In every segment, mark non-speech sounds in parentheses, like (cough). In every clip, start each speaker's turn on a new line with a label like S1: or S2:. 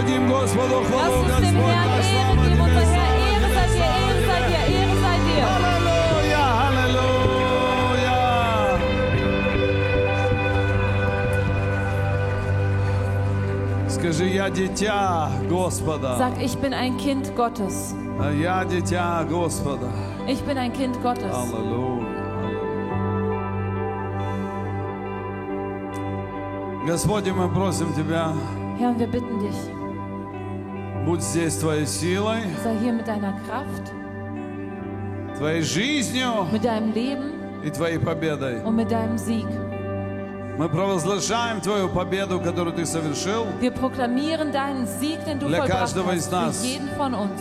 S1: Хвалу, хвалу, Господь наш, слава тебе, слава тебе, слава тебе.
S2: Lass uns den Herrn ehren, geben unser Herr Ehre sei dir, Ehre sei dir, Ehre sei dir.
S1: Halleluja, Halleluja. Скажи, я дитя Господа.
S2: Sag, ich bin ein Kind Gottes.
S1: Я дитя Господа.
S2: Ich bin ein Kind Gottes.
S1: Аллилуйя. Господи, мы просим Тебя,
S2: Herr, und wir bitten dich,
S1: будь здесь Твоей силой,
S2: sei hier mit deiner Kraft,
S1: Твоей жизнью
S2: mit deinem Leben
S1: и Твоей победой.
S2: und mit deinem Sieg.
S1: Мы провозглашаем Твою победу, которую Ты совершил.
S2: Wir proklamieren deinen Sieg, den du
S1: Для
S2: vollbracht
S1: каждого из
S2: hast,
S1: нас.
S2: für jeden von uns.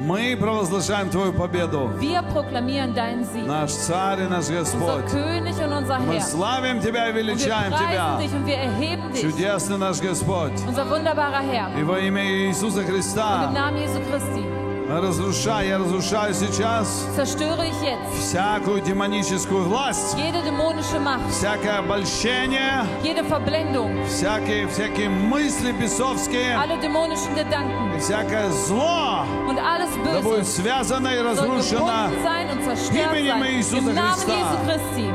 S1: Мы провозглашаем Твою победу.
S2: Wir proklamieren deinen Sieg,
S1: Наш Царь и наш
S2: unser
S1: Господь.
S2: König und unser
S1: Мы
S2: Herr.
S1: славим Тебя и
S2: Und wir
S1: величаем
S2: preisen dich
S1: Тебя.
S2: und wir erheben dich,
S1: Чудесный наш Господь.
S2: unser wunderbarer Herr.
S1: И во имя Иисуса
S2: Im
S1: Христа
S2: Namen Jesu Christi
S1: разрушай, я разрушаю сейчас
S2: zerstöre ich jetzt
S1: всякую демоническую власть,
S2: jede dämonische Macht,
S1: всякое обольщение,
S2: jede Verblendung,
S1: всякие, всякие мысли бесовские,
S2: alle dämonischen Gedanken
S1: всякое зло
S2: und alles
S1: да будет
S2: Böse
S1: связано и
S2: soll
S1: разрушено.
S2: gebunden sein und zerstört
S1: Im Namen
S2: sein.
S1: Jesu
S2: Im Namen
S1: Christi.
S2: Jesu Christi.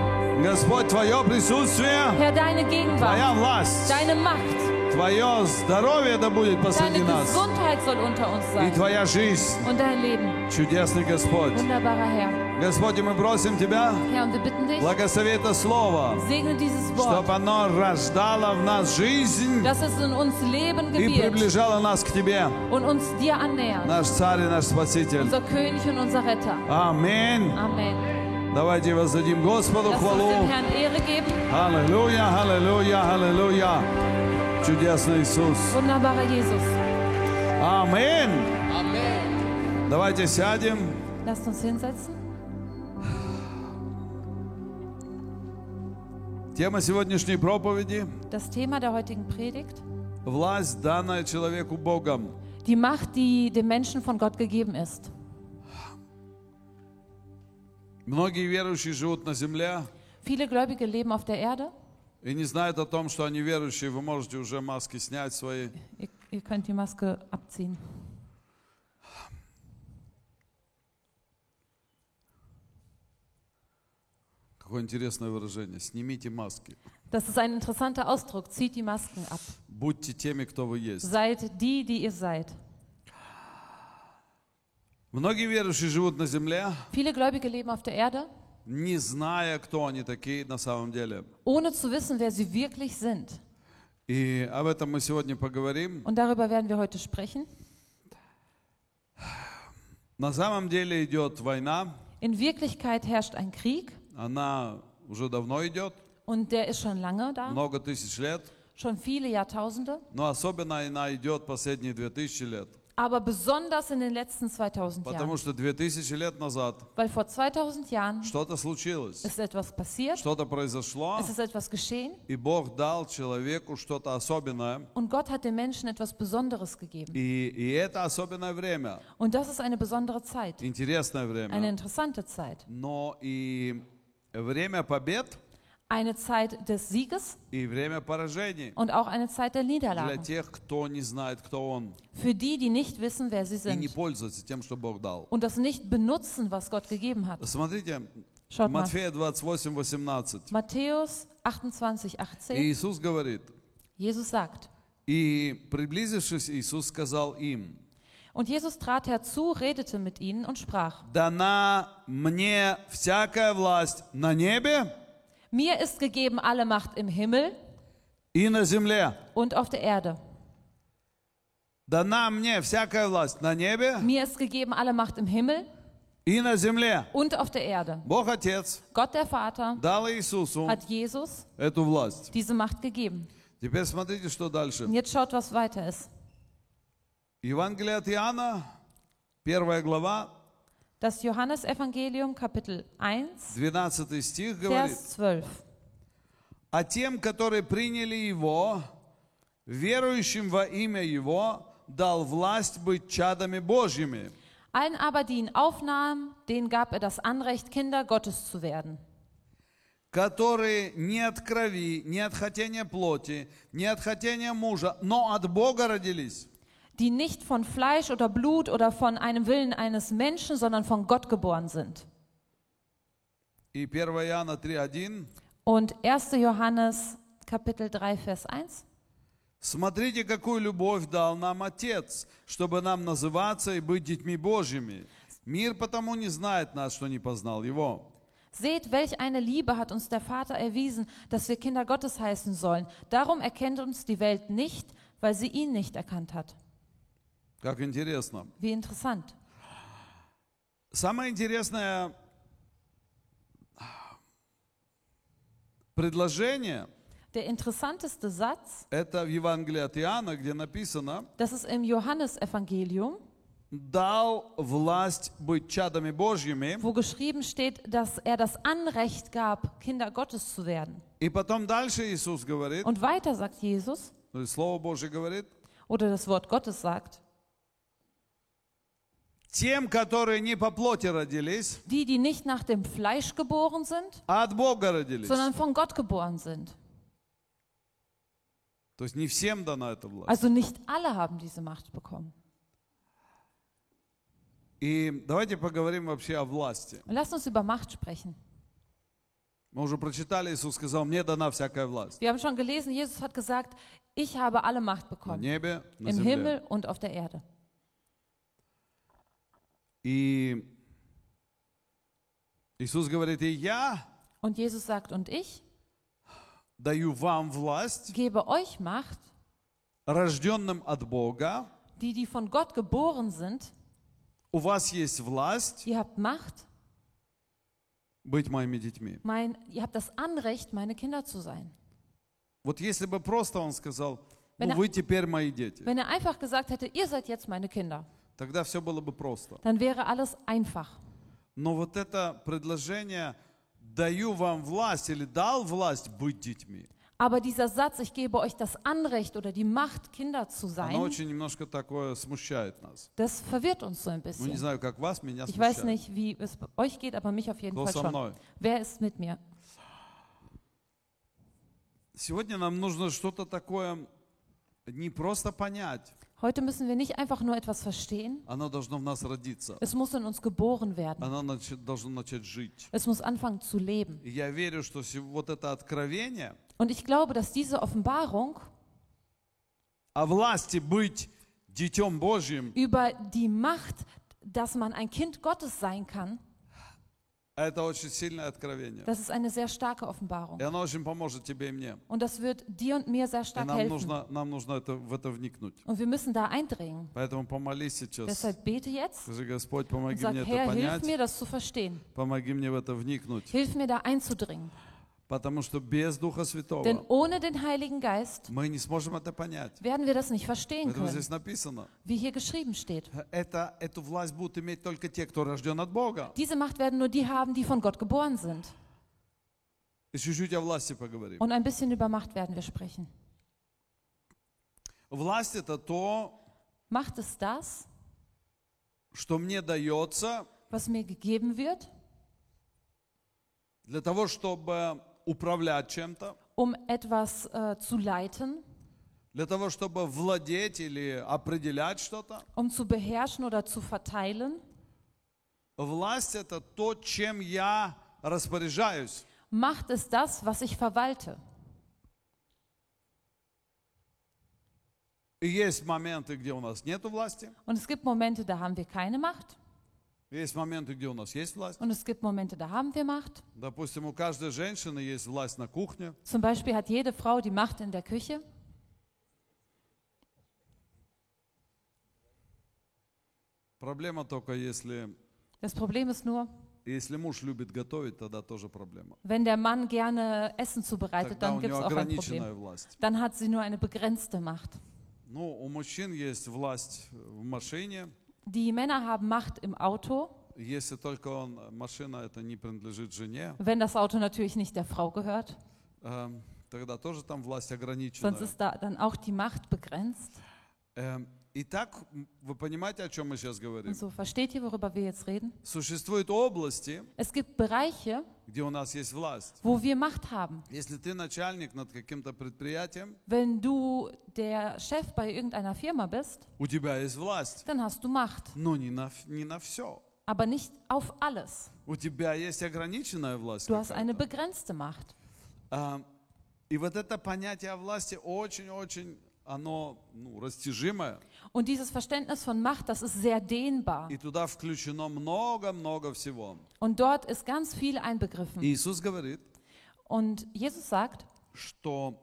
S1: Господь, Твое присутствие,
S2: Herr, deine Gegenwart,
S1: Твоя власть,
S2: deine Macht,
S1: Твое здоровье да будет
S2: deine
S1: посреди нас.
S2: Gesundheit soll unter uns
S1: И
S2: sein
S1: Твоя жизнь,
S2: und dein Leben.
S1: чудесный Господь.
S2: Wunderbarer Herr.
S1: Господи, мы просим Тебя,
S2: Herr, und wir bitten dich,
S1: благослови это слово,
S2: segne dieses Wort,
S1: чтобы оно рождало в нас жизнь
S2: dass es in uns Leben
S1: и
S2: gebiert
S1: приближало нас к Тебе,
S2: und uns dir annähert.
S1: наш Царь и наш Спаситель.
S2: Unser König und unser Retter.
S1: Аминь.
S2: Amen.
S1: Давайте воздадим Господу
S2: Lass uns dem
S1: хвалу.
S2: Herrn Ehre geben.
S1: Аллилуйя, аллилуйя, аллилуйя. Чудесный Иисус.
S2: Wunderbarer Jesus.
S1: Аминь. Давайте сядем.
S2: Lasst uns hinsetzen.
S1: Тема сегодняшней проповеди
S2: Das Thema der heutigen Predigt.
S1: – власть, данная человеку Богом.
S2: Die Macht, die dem Menschen von Gott gegeben ist.
S1: Многие верующие живут на земле
S2: Viele Gläubige leben auf der Erde.
S1: и не знают о том, что они верующие. Вы можете уже маски снять свои.
S2: Ihr, ihr könnt die Maske abziehen.
S1: Какое интересное выражение. Снимите маски.
S2: Das ist ein interessanter Ausdruck. Zieht die Masken ab.
S1: Будьте теми, кто вы есть.
S2: Seid die, die ihr seid.
S1: Многие верующие живут на земле,
S2: Viele Gläubige leben auf der Erde,
S1: не зная, кто они такие на самом деле.
S2: ohne zu wissen, wer sie wirklich sind.
S1: И об этом мы сегодня поговорим.
S2: Und darüber werden wir heute sprechen.
S1: На самом деле идет война.
S2: In Wirklichkeit herrscht ein Krieg
S1: Она уже давно идет,
S2: und der ist schon lange da,
S1: много тысяч лет.
S2: schon viele Jahrtausende.
S1: Но особенно она идет последние 2000 лет.
S2: Aber besonders in den letzten 2000
S1: Потому
S2: Jahren.
S1: что 2000 лет назад
S2: Weil vor 2000 Jahren
S1: что-то случилось,
S2: ist etwas passiert,
S1: что-то произошло,
S2: es ist etwas geschehen
S1: и Бог дал человеку что-то особенное.
S2: und Gott hat den Menschen etwas Besonderes gegeben.
S1: И, и это особенное время,
S2: Und das ist eine besondere Zeit,
S1: интересное
S2: eine
S1: время.
S2: interessante Zeit.
S1: Но и время побед,
S2: Eine Zeit des Sieges
S1: и время поражений
S2: und auch eine Zeit der
S1: для
S2: Niederlage.
S1: тех, кто не знает, кто он,
S2: Für die, die nicht wissen, wer sie
S1: и не
S2: sind
S1: пользуется тем, что Бог дал.
S2: und das nicht benutzen, was Gott gegeben hat.
S1: Смотрите,
S2: Schaut mal.
S1: Матфея 28, 18.
S2: Matthäus 28, 18.
S1: Иисус говорит,
S2: Jesus sagt,
S1: и приблизившись, Иисус сказал им,
S2: und Jesus trat herzu, redete mit ihnen und sprach,
S1: дана мне всякая власть на небе
S2: mir ist gegeben alle Macht im Himmel
S1: и на земле.
S2: und auf der Erde.
S1: Дана мне всякая власть на небе
S2: Mir ist gegeben alle Macht im Himmel
S1: и на земле.
S2: und auf der Erde.
S1: Бог Отец
S2: Gott der Vater
S1: дал Иисусу
S2: hat Jesus
S1: эту власть.
S2: diese Macht gegeben.
S1: Теперь смотрите, что дальше.
S2: Und jetzt schaut, was weiter ist.
S1: Евангелие от Иоанна, первая глава,
S2: Das Johannesevangelium Kapitel 1,
S1: 12 стих говорит.
S2: Vers 12.
S1: А тем, которые приняли Его, верующим во имя Его, дал власть быть чадами Божьими.
S2: Allen aber, die ihn aufnahmen, denen gab er das Anrecht, Kinder Gottes zu werden.
S1: которые не от крови, не от хотения плоти, не от хотения мужа, но от Бога родились.
S2: die nicht von Fleisch oder Blut oder von einem Willen eines Menschen, sondern von Gott geboren sind.
S1: И 1 Иоанна 3.1.
S2: Und 1. Johannes Kapitel 3, Vers 1.
S1: Смотрите, какую любовь дал нам Отец, чтобы нам называться и быть детьми Божьими. Мир потому не знает нас, что не познал Его.
S2: Seht, welch eine Liebe hat uns der Vater erwiesen, dass wir Kinder Gottes heißen sollen. Darum erkennt uns die Welt nicht, weil sie ihn nicht erkannt hat.
S1: Как интересно.
S2: Wie interessant.
S1: Самое интересное предложение
S2: Der interessanteste Satz,
S1: – это в Евангелии от Иоанна, где написано
S2: das ist im Johannesevangelium,
S1: «Дал власть быть чадами Божьими».
S2: wo geschrieben steht, dass er das Anrecht gab, Kinder Gottes zu werden.
S1: И потом дальше Иисус говорит,
S2: Und weiter sagt Jesus,
S1: то есть Слово Божье говорит,
S2: oder das Wort Gottes sagt,
S1: «Тем, которые не по плоти родились,
S2: die, die nicht nach dem Fleisch geboren sind,
S1: а от Бога родились».
S2: sondern von Gott geboren sind.
S1: То есть не всем дана эта власть.
S2: Also nicht alle haben diese Macht bekommen.
S1: И давайте поговорим вообще о власти.
S2: Und lasst uns über Macht sprechen.
S1: Мы уже прочитали, Иисус сказал, мне дана всякая власть.
S2: Wir haben schon gelesen, Jesus hat gesagt, ich habe alle Macht
S1: На
S2: bekommen,
S1: небе, на
S2: im
S1: земле.
S2: Himmel und auf der Erde.
S1: И Иисус говорит, и я
S2: Und Jesus sagt, und ich
S1: даю вам власть,
S2: gebe euch Macht,
S1: рожденным от Бога.
S2: die, die von Gott geboren sind,
S1: У вас есть власть
S2: ihr habt Macht,
S1: быть моими детьми.
S2: mein, ihr habt das Anrecht, meine Kinder zu sein.
S1: Вот если бы просто он сказал, ну
S2: Wenn-
S1: вы теперь мои дети,
S2: Wenn er einfach gesagt hätte, ihr seid jetzt meine Kinder,
S1: тогда все было бы просто.
S2: dann wäre alles einfach.
S1: Но вот это предложение «даю вам власть» или «дал власть быть детьми»,
S2: Aber dieser Satz, ich gebe euch das Anrecht oder die Macht, Kinder zu
S1: оно
S2: sein,
S1: очень немножко такое смущает нас.
S2: das verwirrt uns so ein
S1: Ну не
S2: bisschen.
S1: знаю, как вас, меня
S2: Ich weiß
S1: смущает.
S2: nicht, wie es euch geht, aber mich auf jeden
S1: Кто
S2: Fall
S1: со мной?
S2: schon. Wer ist mit mir?
S1: Сегодня нам нужно что-то такое не просто понять,
S2: Heute müssen wir nicht einfach nur etwas verstehen,
S1: оно должно в нас родиться.
S2: es muss in uns geboren werden.
S1: Оно начи- должно начать жить.
S2: Es muss anfangen zu leben.
S1: И я верю, что сё- вот это откровение
S2: Und ich glaube, dass diese Offenbarung
S1: о власти быть детем Божьим,
S2: über die Macht, dass man ein Kind Gottes sein kann,
S1: это очень сильное откровение.
S2: das ist eine sehr starke Offenbarung.
S1: И оно очень поможет тебе и мне.
S2: Und das wird dir und mir sehr
S1: И
S2: stark
S1: нам
S2: helfen.
S1: нужно, нам нужно это, в это вникнуть.
S2: Und wir müssen da eindringen.
S1: Поэтому помолись сейчас.
S2: Deshalb bete jetzt
S1: Скажи, Господь,
S2: und
S1: помоги мне
S2: sag,
S1: это
S2: Herr, hilf
S1: понять,
S2: mir, das zu verstehen.
S1: помоги мне в это вникнуть.
S2: Hilf mir, da einzudringen.
S1: Потому что без Духа
S2: Denn
S1: Святого
S2: ohne den Heiligen Geist
S1: мы не сможем это понять.
S2: werden wir das nicht verstehen
S1: Поэтому
S2: können,
S1: здесь написано.
S2: wie hier geschrieben steht.
S1: Это, эту власть будут иметь только те, кто рожден от Бога.
S2: Diese Macht werden nur die haben, die von Gott geboren sind.
S1: И чуть-чуть о власти поговорим.
S2: Und ein bisschen über Macht werden wir sprechen.
S1: Власть это то,
S2: Macht ist das,
S1: что мне дается
S2: was mir gegeben wird,
S1: для того, чтобы управлять чем-то,
S2: um etwas äh, zu leiten,
S1: для того, чтобы владеть или определять что-то.
S2: um zu beherrschen oder zu verteilen.
S1: Власть это то, чем я распоряжаюсь.
S2: Macht ist das, was ich verwalte.
S1: И есть моменты, где у нас нет власти,
S2: Und es gibt Momente, da haben wir keine Macht.
S1: есть моменты, где у нас есть власть.
S2: Und es gibt Momente, da haben wir Macht.
S1: Допустим, у каждой женщины есть власть на кухне,
S2: Zum Beispiel hat jede Frau die Macht in der Küche.
S1: Проблема только если,
S2: Das Problem ist nur,
S1: если муж любит готовить, тогда тоже проблема.
S2: wenn der Mann gerne Essen zubereitet,
S1: Тогда
S2: dann
S1: у
S2: gibt es
S1: него
S2: auch ein
S1: ограниченная
S2: Problem.
S1: власть.
S2: Dann hat sie nur eine begrenzte Macht.
S1: Ну, у мужчин есть власть в машине,
S2: Die Männer haben Macht im Auto,
S1: если только он, машина это не принадлежит жене,
S2: wenn das Auto natürlich nicht der Frau gehört.
S1: эм, тогда тоже там власть ограничена.
S2: Sonst ist da dann auch die Macht begrenzt.
S1: Эм, И так, м, вы понимаете, о чем мы сейчас
S2: Und
S1: говорим?
S2: so, Also versteht ihr, worüber wir jetzt reden?
S1: Существуют области,
S2: Es gibt Bereiche,
S1: где у нас есть власть.
S2: wo wir Macht haben.
S1: Если ты начальник над каким-то предприятием,
S2: Wenn du der Chef bei irgendeiner Firma bist,
S1: у тебя есть власть,
S2: dann hast du Macht,
S1: но не на, ф- не на все.
S2: aber nicht auf alles.
S1: У тебя есть ограниченная власть.
S2: Du hast
S1: какая-то.
S2: eine begrenzte Macht.
S1: А, И вот это понятие о власти очень-очень, оно ну, растяжимое.
S2: Und dieses Verständnis von Macht, das ist sehr dehnbar.
S1: И туда включено много-много всего.
S2: Und dort ist ganz viel einbegriffen.
S1: Иисус говорит,
S2: Und Jesus sagt,
S1: что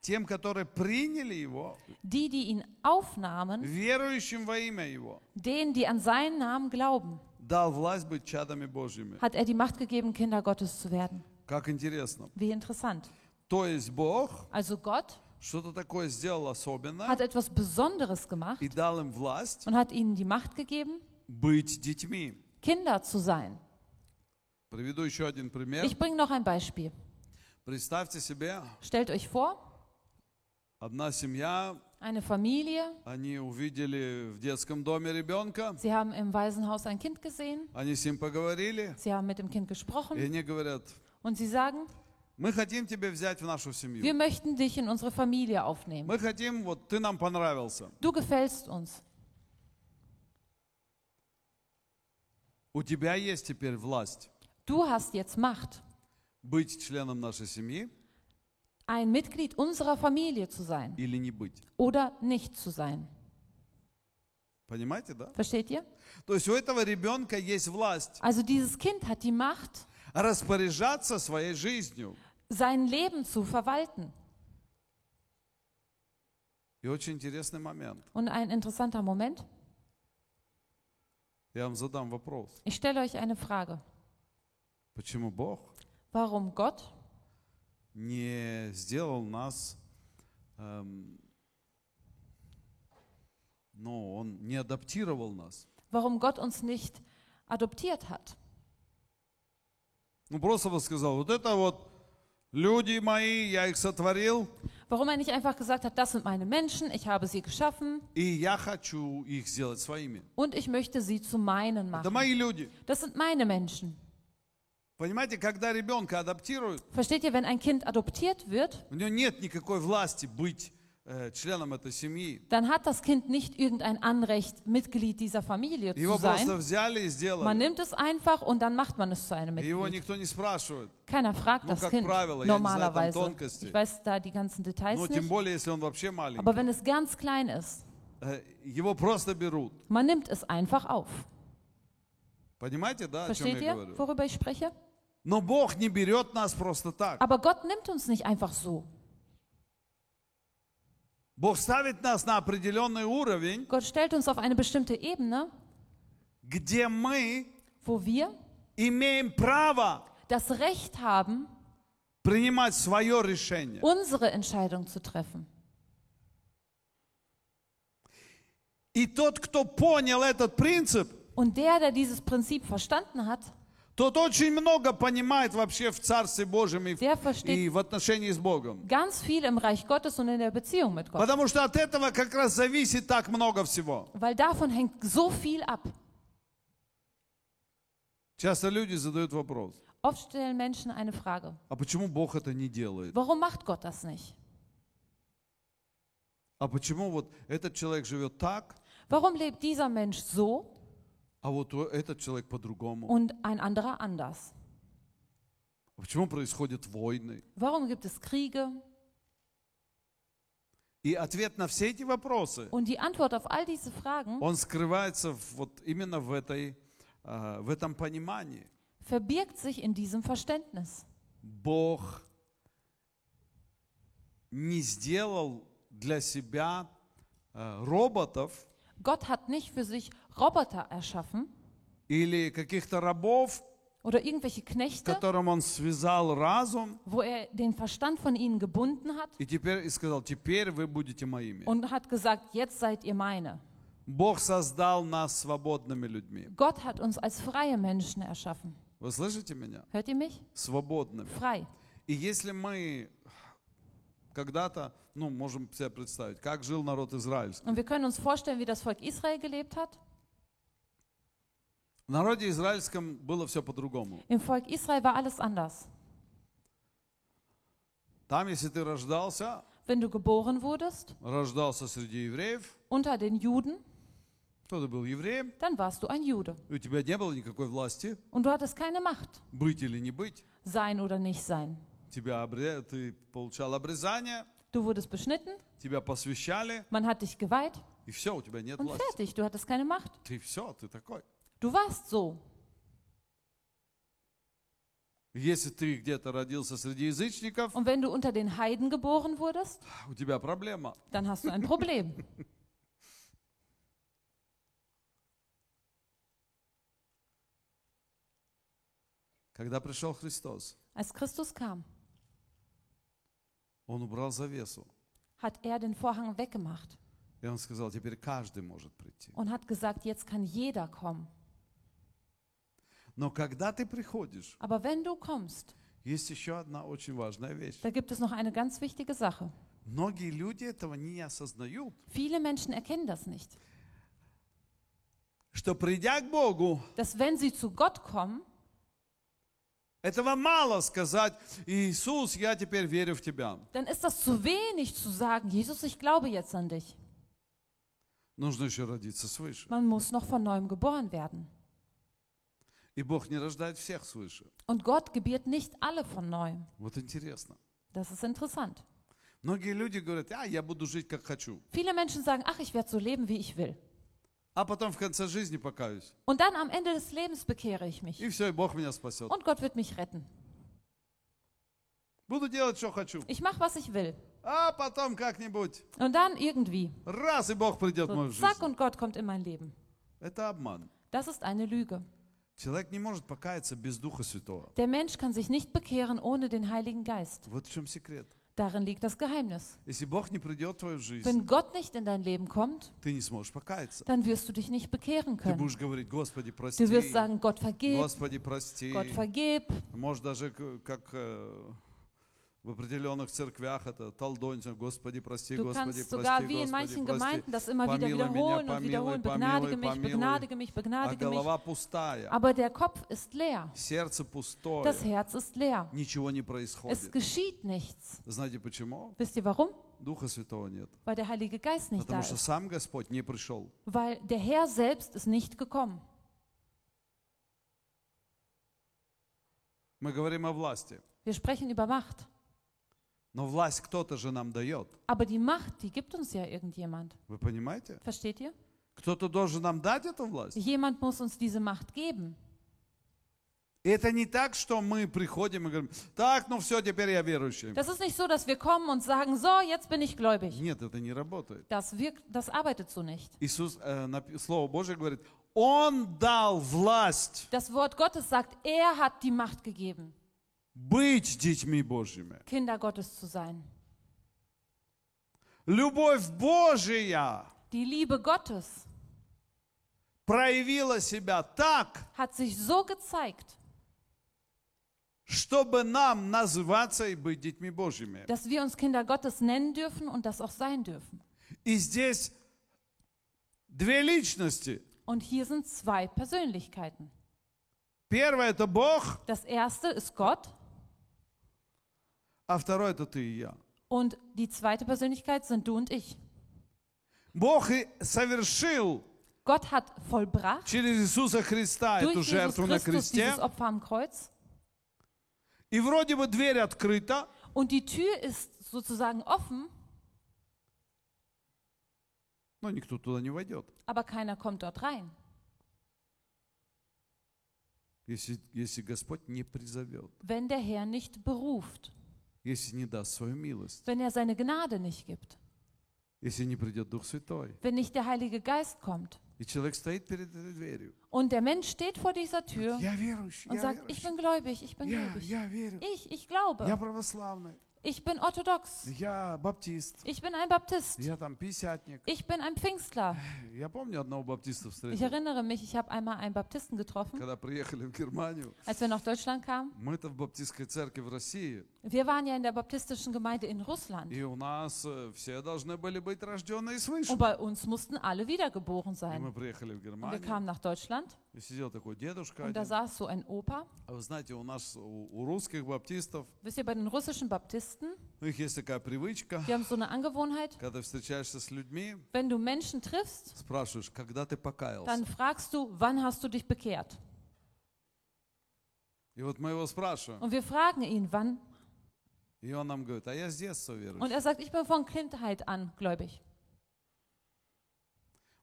S1: тем, которые приняли Его,
S2: die, die ihn aufnahmen,
S1: верующим во имя Его,
S2: denen, die an seinen Namen glauben,
S1: дал власть быть чадами Божьими.
S2: hat er die Macht gegeben, Kinder Gottes zu werden.
S1: Как интересно.
S2: Wie interessant.
S1: То есть Бог
S2: Also Gott
S1: что-то такое сделал особенное
S2: hat etwas Besonderes gemacht
S1: и дал им власть
S2: und hat ihnen die Macht gegeben,
S1: быть детьми.
S2: Kinder zu sein.
S1: Приведу еще один пример.
S2: Ich bringe noch ein Beispiel.
S1: Представьте себе,
S2: Stellt euch vor,
S1: одна семья
S2: eine Familie,
S1: Они увидели в детском доме ребенка,
S2: sie haben im Waisenhaus ein Kind gesehen,
S1: они с ним поговорили,
S2: sie haben mit dem Kind
S1: и
S2: gesprochen
S1: они говорят,
S2: und sie sagen,
S1: мы хотим тебя взять в нашу
S2: wir
S1: семью.
S2: möchten dich in unsere Familie aufnehmen.
S1: Мы хотим, вот ты нам понравился.
S2: Du gefällst uns.
S1: У тебя есть теперь власть
S2: Du hast jetzt Macht,
S1: быть членом нашей семьи
S2: ein Mitglied unserer Familie zu sein
S1: или не быть.
S2: oder nicht zu sein.
S1: Понимаете, да?
S2: Versteht ihr?
S1: То есть у этого rебенка есть власть
S2: Also dieses Kind hat die Macht,
S1: распоряжаться своей жизнью.
S2: sein Leben zu verwalten.
S1: И очень интересный момент.
S2: Und ein interessanter Moment,
S1: Я вам задам вопрос.
S2: ich stelle euch eine Frage.
S1: Почему Бог
S2: Warum Gott
S1: не сделал нас, эм, ну, он не адаптировал нас.
S2: warum Gott uns nicht adoptiert hat.
S1: Ну, просто бы сказал, вот это вот люди мои, я их сотворил,
S2: Warum er nicht einfach gesagt hat, das sind meine Menschen, ich habe sie geschaffen
S1: и я хочу их сделать своими.
S2: und ich möchte sie zu meinen
S1: Это
S2: machen.
S1: мои люди.
S2: Das sind meine Menschen.
S1: Понимаете, когда ребенка адаптируют,
S2: Versteht ihr, wenn ein Kind adoptiert wird,
S1: у него нет никакой власти быть э, членом этой семьи.
S2: dann hat das Kind nicht irgendein Anrecht, Mitglied dieser Familie zu
S1: Его просто
S2: sein.
S1: взяли и
S2: Man
S1: сделали.
S2: nimmt es einfach und dann macht man es zu einem
S1: И Его
S2: Mitglied.
S1: никто не спрашивает.
S2: Keiner fragt
S1: Ну,
S2: das
S1: как
S2: Kind
S1: правило, я не знаю, там
S2: normalerweise.
S1: тонкости.
S2: Ich weiß da die ganzen
S1: Ну,
S2: Details
S1: тем
S2: nicht.
S1: более, если он вообще маленький.
S2: Aber wenn es ganz klein ist,
S1: Э, Его просто берут.
S2: man nimmt es einfach auf.
S1: Понимаете, да, о чем я
S2: Versteht ihr,
S1: говорю?
S2: worüber ich spreche?
S1: Но Бог не берет нас просто так.
S2: Aber Gott nimmt uns nicht einfach so.
S1: Бог ставит нас на определенный уровень,
S2: Gott stellt uns auf eine bestimmte Ebene,
S1: где мы
S2: wo wir
S1: имеем право
S2: das Recht haben,
S1: принимать свое решение.
S2: unsere Entscheidung zu treffen.
S1: И тот, кто понял этот принцип,
S2: Und der, der dieses Prinzip verstanden hat,
S1: тот очень много понимает вообще в Царстве Божьем и, в-
S2: Der versteht-
S1: и в отношении с Бogом.
S2: ganz viel im Reich Gottes und in der Beziehung mit Gott.
S1: Потому что от этого как раз зависит так много всего.
S2: Weil davon hängt so viel ab.
S1: Часто люди задают вопрос,
S2: Oft stellen Menschen eine Frage.
S1: а почему Бог это не делает?
S2: Warum macht Gott das nicht?
S1: А почему вот этот человек живет так,
S2: Warum lebt dieser Mensch so
S1: а вот у- этот человек по-другому?
S2: und ein anderer anders?
S1: А Почему происходят войны?
S2: Warum gibt es Kriege?
S1: И ответ на все эти вопросы,
S2: Und die Antwort auf all diese Fragen
S1: он скрывается в- вот именно в, этой, а, в этом понимании.
S2: verbirgt sich in diesem Verständnis.
S1: Бог не сделал для себя а, роботов
S2: Gott hat nicht für sich Roboter erschaffen
S1: или каких-то рабов,
S2: oder irgendwelche Knechte,
S1: которым он связал разум
S2: wo er den Verstand von ihnen gebunden hat
S1: и теперь и сказал, теперь вы будете моими.
S2: und hat gesagt, jetzt seid ihr meine.
S1: Бог создал нас свободными людьми.
S2: Gott hat uns als freie Menschen erschaffen.
S1: Вы слышите меня?
S2: Hört ihr mich?
S1: Свободными.
S2: Frei.
S1: И если мы когда-то, ну, можем себе представить, как жил народ израильский.
S2: Und wir können uns vorstellen, wie das Volk Israel gelebt hat.
S1: В народе израильском было все по-другому.
S2: Im Volk Israel war alles anders.
S1: Там, если ты рождался,
S2: Wenn du geboren wurdest,
S1: рождался среди евреев,
S2: unter den Juden,
S1: то ты был евреем,
S2: dann warst du ein Jude.
S1: и у тебя не было никакой власти,
S2: Und du hattest keine Macht,
S1: быть или не быть.
S2: sein oder nicht sein.
S1: Тебя обре- ты получал обрезание,
S2: Du wurdest beschnitten,
S1: тебя посвящали,
S2: man hat dich geweiht
S1: и все, у тебя нет
S2: und
S1: власти.
S2: fertig, du hattest keine Macht.
S1: Ты все, ты такой.
S2: Du warst so.
S1: Если ты где-то родился среди язычников,
S2: Und wenn du unter den Heiden geboren wurdest,
S1: у тебя проблема.
S2: dann hast du ein Problem.
S1: Когда пришел Христос,
S2: Als Christus kam,
S1: Он убрал завесу.
S2: hat er den Vorhang weggemacht
S1: И Он сказал, теперь каждый может прийти.
S2: und hat gesagt, jetzt kann jeder kommen.
S1: Но когда ты приходишь,
S2: Aber wenn du kommst,
S1: есть еще одна очень важная вещь.
S2: da gibt es noch eine ganz wichtige Sache.
S1: Многие люди этого не осознают,
S2: Viele Menschen erkennen das nicht.
S1: что придя к Богу,
S2: Dass wenn sie zu Gott kommen,
S1: этого мало сказать, Иисус, я теперь верю в Тебя.
S2: dann ist das zu wenig zu sagen, Jesus, ich glaube jetzt an dich.
S1: Нужно еще родиться свыше.
S2: Man muss noch von neuem geboren werden.
S1: И Бог не рождает всех свыше.
S2: Und Gott gebiert nicht alle von neuem.
S1: Вот интересно.
S2: Das ist interessant.
S1: Многие люди говорят, а, я буду жить, как хочу.
S2: Viele Menschen sagen, ach, ich werde so leben, wie ich will.
S1: А потом в конце жизни покаюсь.
S2: Und dann am Ende des Lebens bekehre ich mich.
S1: И все, и Бог меня спасет.
S2: Und Gott wird mich retten.
S1: Буду делать, что хочу.
S2: Ich mache, was ich will.
S1: А потом как-нибудь,
S2: Und dann irgendwie.
S1: раз, и Бог придет в
S2: So,
S1: мою
S2: zack
S1: жизнь.
S2: und Gott kommt in mein Leben.
S1: Это обман.
S2: Das ist eine Lüge.
S1: Человек не может покаяться без Духа Святого.
S2: Der Mensch kann sich nicht bekehren ohne den Heiligen Geist.
S1: Вот в чем секрет.
S2: Darin liegt das Geheimnis.
S1: Если Бог не придет в твою жизнь,
S2: Wenn Gott nicht in dein Leben kommt,
S1: ты не сможешь покаяться.
S2: dann wirst du dich nicht bekehren
S1: Ты
S2: können.
S1: будешь говорить, Господи, прости,
S2: Du wirst sagen, Gott vergib,
S1: Господи, прости.
S2: Gott vergib.
S1: Может даже к- как э, в определенных церквях это толдонь, Господи, прости,
S2: Du
S1: Господи, прости,
S2: kannst sogar wie in
S1: Господи,
S2: manchen
S1: прости.
S2: Gemeinden das immer wieder
S1: Помилуй меня,
S2: wiederholen und
S1: помилуй, помилуй,
S2: wiederholen. Begnadige mich,
S1: помилуй.
S2: begnadige mich,
S1: А
S2: begnadige mich.
S1: голова пустая,
S2: Aber der Kopf ist leer.
S1: сердце пустое,
S2: Das Herz ist leer.
S1: ничего не
S2: Es
S1: происходит.
S2: geschieht nichts.
S1: Знаете почему?
S2: Wisst ihr warum?
S1: Духа Святого нет.
S2: Weil der Heilige Geist nicht da
S1: Потому что
S2: ist.
S1: сам Господь не пришел.
S2: Weil der Herr selbst ist nicht gekommen.
S1: Мы говорим о власти.
S2: Wir sprechen über Macht.
S1: Но власть кто-то же нам дает.
S2: Aber die Macht, die gibt uns ja irgendjemand.
S1: Вы понимаете?
S2: Versteht ihr?
S1: Кто-то должен нам дать эту власть.
S2: Jemand muss uns diese Macht geben.
S1: И это не так, что мы приходим и говорим, так, ну все, теперь я верующий.
S2: Das ist nicht so, dass wir kommen und sagen, so, jetzt bin ich gläubig.
S1: Нет, это не работает.
S2: Das, wirkt, das arbeitet so nicht.
S1: Иисус, э, нап- Слово Божье говорит, Он дал власть
S2: Das Wort Gottes sagt, er hat die Macht gegeben,
S1: быть детьми Божьими.
S2: Kinder Gottes zu sein.
S1: Любовь Божия
S2: Die Liebe Gottes
S1: проявила себя так,
S2: hat sich so gezeigt,
S1: чтобы нам называться и быть детьми Божьими.
S2: dass wir uns Kinder Gottes nennen dürfen und das auch sein dürfen.
S1: И здесь две личности.
S2: Und hier sind zwei Persönlichkeiten.
S1: Первое – это Бог,
S2: Das erste ist Gott
S1: а второе – это ты и я.
S2: und die zweite Persönlichkeit sind du und ich.
S1: Бог и совершил
S2: Gott hat vollbracht
S1: через Иисуса Христа эту
S2: durch Jesus
S1: жертву на
S2: Christus
S1: кресте.
S2: dieses Opfer am Kreuz
S1: И вроде бы дверь открыта,
S2: und die Tür ist sozusagen offen,
S1: но никто туда не войдет.
S2: aber keiner kommt dort rein,
S1: если, если Господь не призовет,
S2: wenn der Herr nicht beruft,
S1: если не даст свою милость,
S2: wenn er seine Gnade nicht gibt.
S1: если не придет Дух Святой.
S2: wenn nicht der Heilige Geist kommt.
S1: И человек стоит перед этой дверью.
S2: Und der Mensch steht vor dieser Tür
S1: Я верующий,
S2: und
S1: я
S2: sagt, ich
S1: верующий.
S2: bin gläubig, ich bin
S1: Я,
S2: gläubig.
S1: я верю.
S2: Ich, ich
S1: Я
S2: glaube,
S1: православный.
S2: Ich bin orthodox.
S1: Я баптист.
S2: Ich bin ein Baptist.
S1: Я там писятник.
S2: Ich bin ein Pfingstler.
S1: Я помню одного баптиста
S2: Ich
S1: встретил.
S2: erinnere mich, ich habe einmal einen Baptisten getroffen,
S1: Когда приехали в Германию,
S2: als wir nach Deutschland kamen.
S1: мы-то в баптистской церкви в России,
S2: Wir waren ja in der baptistischen Gemeinde in Russland.
S1: и у нас э, все должны были быть рожденные свыше.
S2: Und bei uns mussten alle wiedergeboren
S1: И
S2: sein.
S1: мы приехали в
S2: Und wir
S1: Германию,
S2: kamen nach Deutschland
S1: и сидел такой дедушка
S2: und da
S1: один.
S2: saß so ein Opa.
S1: А Вы знаете, у нас, у, у русских баптистов,
S2: Wisst ihr, bei den russischen Baptisten,
S1: у них есть такая привычка,
S2: die haben so eine Angewohnheit,
S1: когда встречаешься с людьми,
S2: wenn du Menschen triffst,
S1: спрашиваешь, когда ты покаялся?
S2: dann fragst du, wann hast du dich bekehrt?
S1: И вот мы его спрашиваем,
S2: Und wir fragen ihn, wann?
S1: и он нам говорит, а я с детства верующий.
S2: Und er sagt, ich bin von Kindheit an gläubig.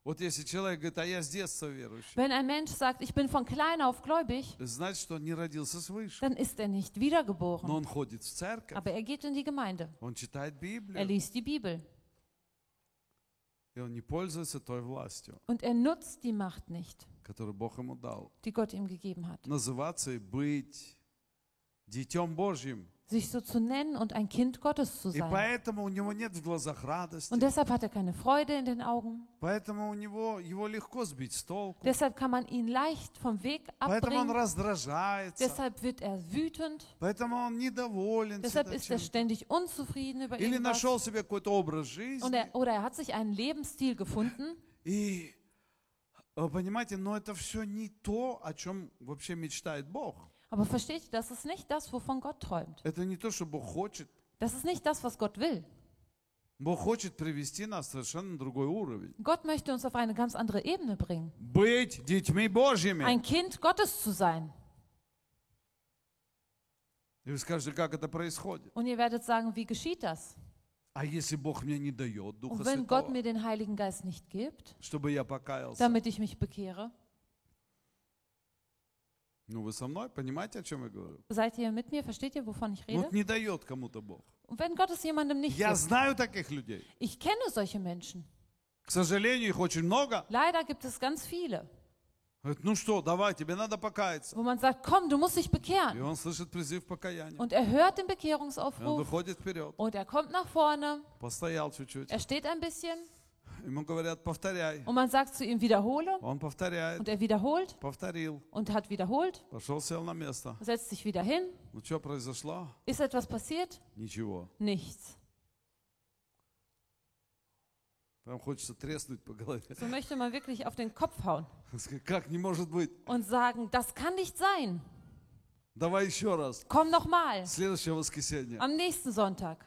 S1: Вот если человек говорит, а я с детства верующий,
S2: Wenn ein Mensch sagt, ich bin von klein auf gläubig,
S1: значит, что он не родился свыше.
S2: dann ist er nicht
S1: Но
S2: wiedergeboren.
S1: он ходит в церковь,
S2: Aber er geht in die Gemeinde.
S1: он читает
S2: Er
S1: Библию,
S2: liest die Bibel.
S1: и он не пользуется той властью,
S2: Und er nutzt die Macht nicht,
S1: которую Бог ему дал.
S2: die Gott ihm gegeben hat.
S1: Называться и быть детем Божьим.
S2: Sich so zu nennen und ein Kind Gottes zu
S1: И
S2: sein.
S1: поэтому у него нет в глазах радости,
S2: Und deshalb hat er keine Freude in den Augen.
S1: поэтому у него его легко сбить с толку,
S2: Deshalb kann man ihn leicht vom Weg
S1: поэтому он
S2: abbringen.
S1: раздражается,
S2: Deshalb wird er wütend.
S1: поэтому он недоволен.
S2: Deshalb
S1: всегда
S2: ist er
S1: чем-то.
S2: ständig unzufrieden über
S1: Или
S2: irgendwas.
S1: нашел себе какой-то образ
S2: Und
S1: жизни.
S2: er, oder er hat sich einen Lebensstil gefunden.
S1: И э, понимаете, но это все не то, о чем вообще mечтает Бог.
S2: Aber versteht ihr, das ist nicht das, wovon Gott träumt.
S1: Это не то, что Бог хочет.
S2: Das ist nicht das, was Gott will.
S1: Бог хочет привести нас совершенно на другой уровень.
S2: Gott möchte uns auf eine ganz andere Ebene bringen.
S1: Быть детьми Божьими.
S2: Ein Kind Gottes zu sein.
S1: И вы скажете, как это происходит?
S2: Und ihr werdet sagen, wie geschieht das?
S1: А если Бог мне не дает Духа
S2: Und wenn Gott
S1: Святого,
S2: mir den Heiligen Geist nicht gibt,
S1: чтобы я покаялся?
S2: damit ich mich bekehre,
S1: Ну вы со мной, понимаете, о чем я говорю?
S2: seid ihr mit mir? Versteht ihr, wovon ich
S1: Ну,
S2: rede?
S1: Вот не дает кому-то Бог.
S2: Und wenn Gott es jemandem nicht
S1: Я
S2: gibt,
S1: знаю таких людей.
S2: ich kenne solche Menschen.
S1: К сожалению, их очень много.
S2: Leider gibt es ganz viele,
S1: Говорит, ну что, давай, тебе надо покаяться.
S2: wo man sagt, komm, du musst dich
S1: И
S2: bekehren.
S1: он слышит призыв покаяния.
S2: Und er hört den
S1: И он
S2: Bekehrungsaufruf
S1: выходит вперед.
S2: und er kommt nach vorne,
S1: Постоял чуть-чуть.
S2: er steht ein bisschen
S1: Ему говорят, повторяй.
S2: und man sagt zu ihm, wiederhole.
S1: Он повторяет.
S2: Und er wiederholt
S1: Повторил.
S2: und hat wiederholt,
S1: Пошел, сел на место.
S2: setzt sich wieder hin.
S1: Ну что произошло?
S2: Ist etwas passiert?
S1: Ничего.
S2: Nichts.
S1: Прям хочется треснуть по голове. (laughs)
S2: So möchte man wirklich auf den Kopf hauen
S1: Сказать, Как не может быть?
S2: und sagen, das kann nicht sein.
S1: Давай еще раз.
S2: Komm nochmal.
S1: Следующее воскресенье.
S2: Am nächsten Sonntag.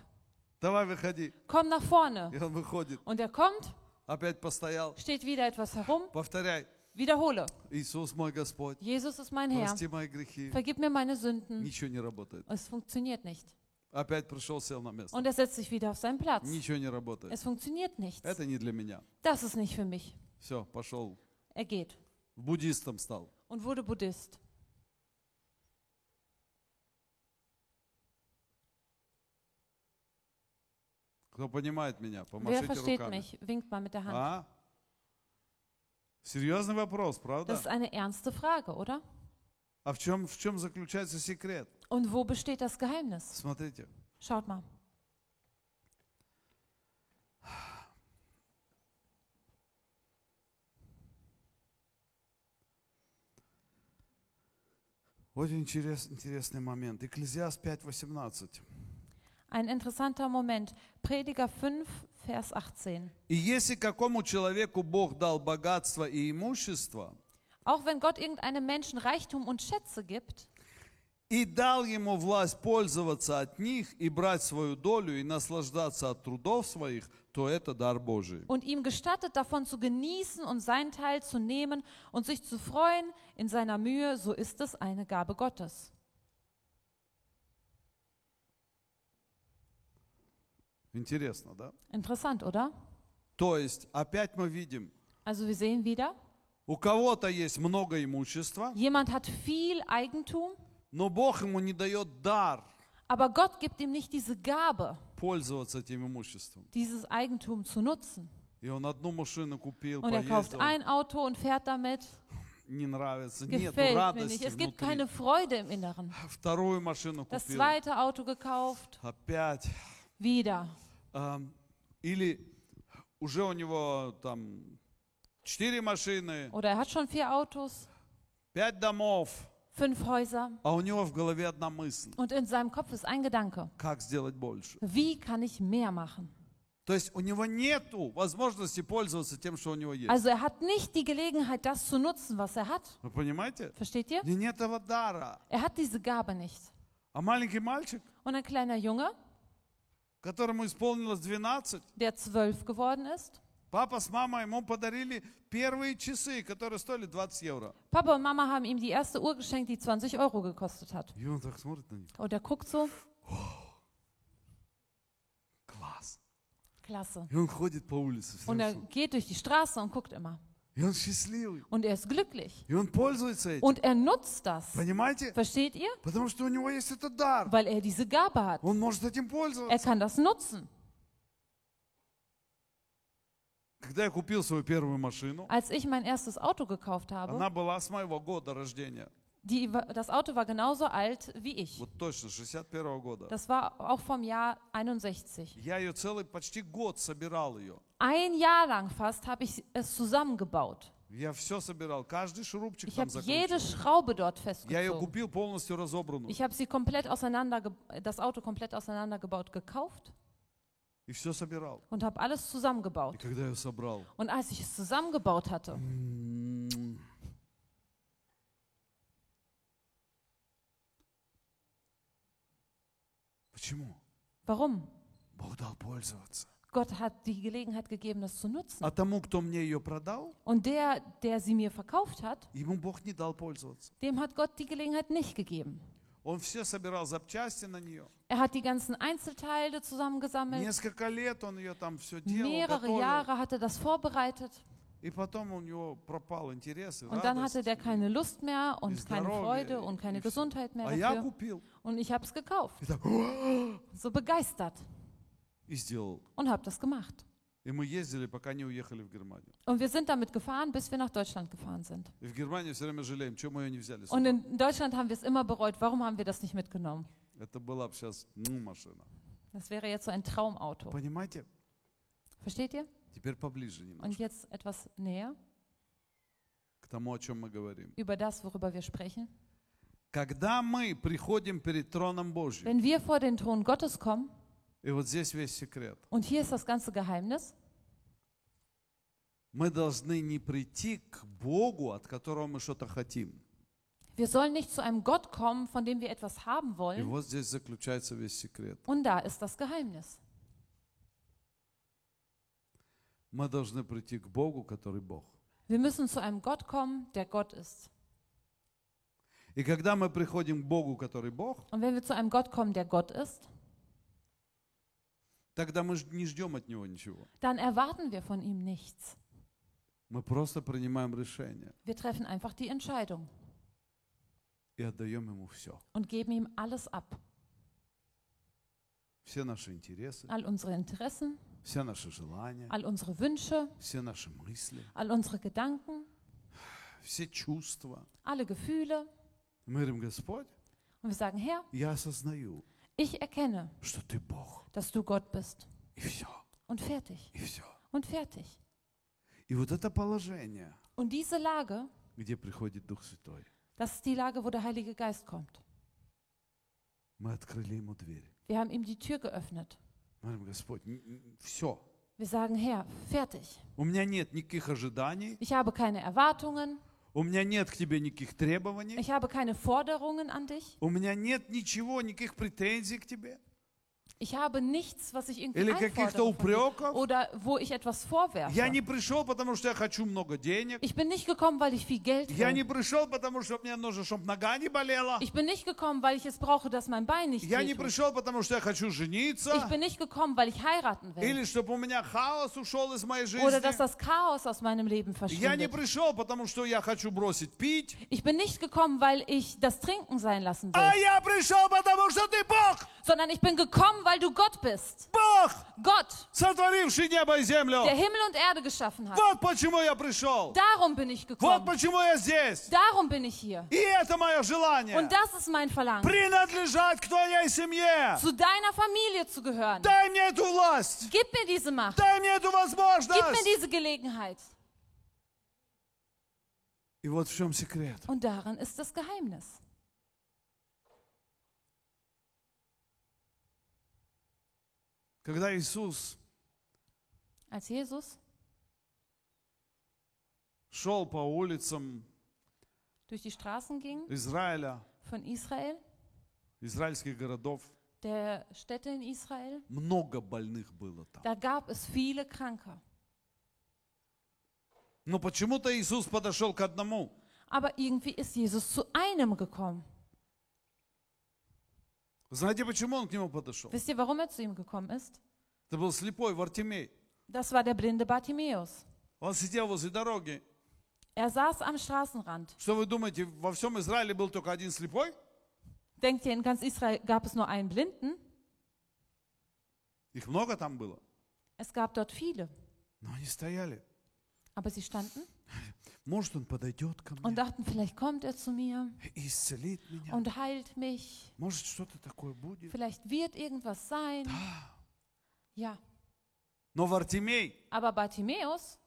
S1: Давай выходи.
S2: Komm nach vorne.
S1: И он выходит.
S2: Und er kommt,
S1: Опять постоял.
S2: steht wieder etwas herum.
S1: Повторяй.
S2: Wiederhole.
S1: Иисус мой Господь.
S2: Jesus ist mein Herr.
S1: Прости мои грехи.
S2: Vergib mir meine Sünden.
S1: Ничего не работает.
S2: Es funktioniert nicht.
S1: Опять пришел, сел на место.
S2: Und er setzt sich wieder auf seinen Platz.
S1: Ничего не работает.
S2: Es funktioniert nichts.
S1: Это не для меня.
S2: Das ist nicht für mich.
S1: Все, пошел.
S2: Er geht
S1: Буддистом стал.
S2: und wurde Buddhist.
S1: Кто понимает меня,
S2: Wer
S1: помашите
S2: versteht
S1: руками.
S2: mich? Winkt mal mit der Hand.
S1: А? Серьезный вопрос, правда?
S2: Das ist eine ernste Frage, oder?
S1: А в чем, в чем заключается секрет?
S2: Und wo besteht das Geheimnis?
S1: Смотрите,
S2: Schaut mal.
S1: очень интерес- интересный момент. Экклезиас 5.18.
S2: Ein interessanter Moment. Prediger 5, Vers 18.
S1: «И если какому человеку Бог дал богатство и имущество,
S2: Auch wenn Gott irgendeinem Menschen Reichtum und Schätze gibt
S1: и дал ему власть пользоваться от них и брать свою долю и наслаждаться от трудов своих, то это дар Божий.
S2: und ihm gestattet, davon zu genießen und seinen Teil zu nehmen und sich zu freuen in seiner Mühe, so ist es eine Gabe Gottes.
S1: Интересно, да?
S2: Interessant, oder?
S1: То есть, опять мы видим,
S2: Also wir sehen wieder,
S1: у кого-то есть много имущества,
S2: jemand hat viel Eigentum,
S1: но Бог ему не дает дар
S2: aber Gott gibt ihm nicht diese Gabe,
S1: пользоваться этим имуществом.
S2: dieses Eigentum zu nutzen.
S1: И он одну машину купил,
S2: Und er kauft
S1: поездил,
S2: ein Auto und fährt damit.
S1: не нравится, нет
S2: gefällt mir nicht.
S1: радости
S2: Es gibt
S1: внутри.
S2: keine Ah, Freude im Inneren.
S1: Вторую машину
S2: Das
S1: купил.
S2: zweite Auto gekauft,
S1: Опять.
S2: wieder.
S1: Ам, Или уже у него там четыре машины,
S2: Oder er hat schon vier Autos,
S1: пять домов,
S2: fünf Häuser.
S1: а у него в голове одна мысль.
S2: Und in seinem Kopf ist ein Gedanke.
S1: Как сделать больше?
S2: Wie kann ich mehr machen?
S1: То есть у него нету возможности пользоваться тем, что у него есть.
S2: Also er hat nicht die Gelegenheit, das zu nutzen, was er hat.
S1: Вы понимаете?
S2: Versteht ihr?
S1: Не- Нет этого дара.
S2: Er hat diese Gabe nicht.
S1: А маленький мальчик,
S2: Und ein kleiner Junge,
S1: которому исполнилось 12,
S2: der zwölf geworden ist,
S1: папа с мамой ему подарили первые часы, которые стоили 20 евро.
S2: Papa und Mama haben ihm die erste Uhr geschenkt, die 20 Euro gekostet hat.
S1: И он так смотрит на них.
S2: Und er guckt so,
S1: Класс.
S2: klasse.
S1: И он ходит по улице. всё
S2: Und er
S1: равно.
S2: geht durch die Straße und guckt immer.
S1: И он счастливый.
S2: Und er ist glücklich.
S1: И он пользуется этим.
S2: Und er nutzt das.
S1: Понимаете?
S2: Versteht ihr?
S1: Потому что у него есть этот дар.
S2: Weil er diese Gabe hat.
S1: Он может этим
S2: Er
S1: пользоваться.
S2: kann das nutzen.
S1: Когда я купил свою первую машину,
S2: Als ich mein erstes Auto gekauft habe,
S1: А она была с моего года rождения.
S2: die, wa- das Auto war genauso alt wie ich.
S1: Вот точно, 61 года.
S2: Das war auch vom Jahr 61.
S1: Я ее целый почти год собирал ее.
S2: Ein Jahr lang fast habe ich es zusammengebaut.
S1: Я все собирал, каждый шурупчик
S2: Ich
S1: там
S2: habe
S1: закручивал.
S2: jede Schraube dort
S1: Я ее
S2: festgezogen.
S1: купил полностью разобранную.
S2: Ich habe sie komplett auseinander, das Auto komplett auseinandergebaut gekauft
S1: И все собирал.
S2: und habe alles
S1: И
S2: zusammengebaut.
S1: когда я ее собрал,
S2: Und als ich es zusammengebaut hatte,
S1: м, Почему?
S2: warum?
S1: Бог дал пользоваться.
S2: Gott hat die Gelegenheit gegeben, das zu nutzen.
S1: А тому, кто мне ее продал,
S2: Und der, der sie mir verkauft hat,
S1: ему Бог не дал пользоваться.
S2: dem hat Gott die Gelegenheit nicht gegeben.
S1: Он все собирал запчасти на нее.
S2: Er hat die ganzen Einzelteile zusammengesammelt.
S1: Несколько лет он ее там все делал,
S2: Mehrere
S1: готовил.
S2: Jahre hat er das vorbereitet.
S1: И потом у него пропал интерес и
S2: Und dann hatte
S1: радость.
S2: der keine Lust mehr
S1: и
S2: und keine
S1: здоровье,
S2: Freude und
S1: и
S2: keine
S1: всё.
S2: Gesundheit mehr
S1: А я
S2: dafür.
S1: купил
S2: Und ich habe es gekauft,
S1: и так
S2: so begeistert
S1: и сделал.
S2: und habe das gemacht.
S1: И мы ездили, пока не уехали в Германию.
S2: Und wir sind damit gefahren, bis wir nach Deutschland gefahren sind.
S1: И в Германии все время жалеем, что мы ее не взяли. с
S2: Und
S1: собой.
S2: in Deutschland haben wir es immer bereut. Warum haben wir das nicht mitgenommen?
S1: Это была бы сейчас машина.
S2: Das wäre jetzt so ein Traumauto.
S1: Понимаете?
S2: Versteht ihr?
S1: Теперь поближе немножко
S2: Und jetzt etwas näher
S1: к тому, о чем мы говорим.
S2: über das, worüber wir sprechen.
S1: Когда мы приходим перед троном Божьим,
S2: Wenn wir vor den Thron Gottes kommen,
S1: и вот здесь весь секрет,
S2: und hier ist das ganze Geheimnis,
S1: мы должны не прийти к Богу, от которого мы что-то хотим.
S2: wir sollen nicht zu einem Gott kommen, von dem wir etwas haben
S1: И
S2: wollen.
S1: вот здесь заключается весь секрет.
S2: Und da ist das Geheimnis.
S1: Мы должны прийти к Богу, который Бог.
S2: Wir müssen zu einem Gott kommen, der Gott ist.
S1: И когда мы приходим к Богу, который Бог,
S2: Und wenn wir zu einem Gott kommen, der Gott ist,
S1: тогда мы ж не ждем от Него ничего.
S2: dann erwarten wir von ihm nichts.
S1: Мы просто принимаем решение
S2: Wir treffen einfach die Entscheidung
S1: и отдаем Ему все.
S2: und geben ihm alles ab.
S1: Все наши интересы,
S2: All unsere Interessen,
S1: все наши желания,
S2: all unsere Wünsche,
S1: все наши мысли,
S2: all unsere Gedanken,
S1: все чувства.
S2: alle Gefühle.
S1: Мы говорим, Господь,
S2: Und wir sagen, Herr,
S1: я осознаю,
S2: ich erkenne,
S1: что Ты Бог.
S2: dass du Gott bist.
S1: И все,
S2: Und fertig.
S1: и все.
S2: Und fertig.
S1: И вот это положение,
S2: Und diese Lage,
S1: где приходит Дух Святой,
S2: das ist die Lage, wo der Heilige Geist kommt.
S1: мы открыли Ему дверь.
S2: Wir haben ihm die Tür geöffnet.
S1: Мы говорим, Господь, все.
S2: Wir sagen, Herr, fertig.
S1: У меня нет никаких ожиданий,
S2: Ich habe keine Erwartungen.
S1: у меня нет к Тебе никаких требований,
S2: Ich habe keine Forderungen an dich.
S1: у меня нет ничего, никаких претензий к Тебе.
S2: Ich habe nichts, was ich irgendwie
S1: Или каких-то
S2: einfordere von dir.
S1: упреков.
S2: oder wo ich etwas
S1: Я не
S2: vorwerfe.
S1: пришел, потому что я хочу много денег.
S2: Ich bin nicht gekommen, weil ich viel Geld
S1: Я не
S2: will.
S1: пришел, потому что мне нужно, чтобы нога не болела.
S2: Ich bin nicht gekommen, weil ich es brauche, dass mein Bein nicht
S1: Я не
S2: wehtut.
S1: пришел, потому что я хочу
S2: Ich
S1: жениться.
S2: bin nicht gekommen, weil ich heiraten will.
S1: Или чтобы у меня хаос ушел из моей
S2: Oder dass
S1: жизни.
S2: das Chaos aus meinem Leben
S1: Я не
S2: verschwindet.
S1: пришел, потому что я хочу бросить пить.
S2: Ich bin nicht gekommen, weil ich das Trinken sein lassen
S1: А
S2: will,
S1: я пришел, потому что ты Бог.
S2: sondern ich bin gekommen, weil du Gott bist.
S1: Бог,
S2: Gott,
S1: сотворивший небо и землю.
S2: der Himmel und Erde geschaffen hat.
S1: Вот почему я пришел.
S2: Darum bin ich
S1: Вот
S2: gekommen.
S1: почему я здесь.
S2: Darum bin ich hier.
S1: И это мое желание.
S2: Und das ist mein Verlangen,
S1: Принадлежать к твоей семье.
S2: zu deiner Familie zu gehören.
S1: Дай мне эту власть.
S2: Gib mir diese Macht.
S1: Дай мне эту
S2: Gib mir
S1: возможность.
S2: diese Gelegenheit.
S1: И вот в чем секрет.
S2: Und darin ist das Geheimnis.
S1: Когда Иисус
S2: Als Jesus
S1: шел по улицам
S2: durch die Straßen ging
S1: Израиля,
S2: von Israel,
S1: израильских городов,
S2: der Städte in Israel,
S1: много больных было там.
S2: da gab es viele Kranke.
S1: Но почему-то Иисус подошел к одному.
S2: Aber irgendwie ist Jesus zu einem gekommen.
S1: Знаете, почему он к нему подошел?
S2: Wisst ihr, warum er zu ihm gekommen ist?
S1: Это был слепой Вартимей.
S2: Das war der blinde Bartimäus.
S1: Он сидел возле дороги.
S2: Er saß am Straßenrand.
S1: Что вы думаете, во всем Израиле был только один слепой?
S2: Denkt ihr, in ganz Israel gab es nur einen Blinden?
S1: Их много там было.
S2: Es gab dort viele.
S1: Но они стояли.
S2: Aber sie standen
S1: Может, он подойдет ко
S2: und
S1: мне
S2: dachten, vielleicht kommt er zu mir
S1: и исцелит меня.
S2: und heilt mich.
S1: Может, что-то такое будет.
S2: Vielleicht wird irgendwas sein. Ja,
S1: Но Вартимей,
S2: aber Bartimäus,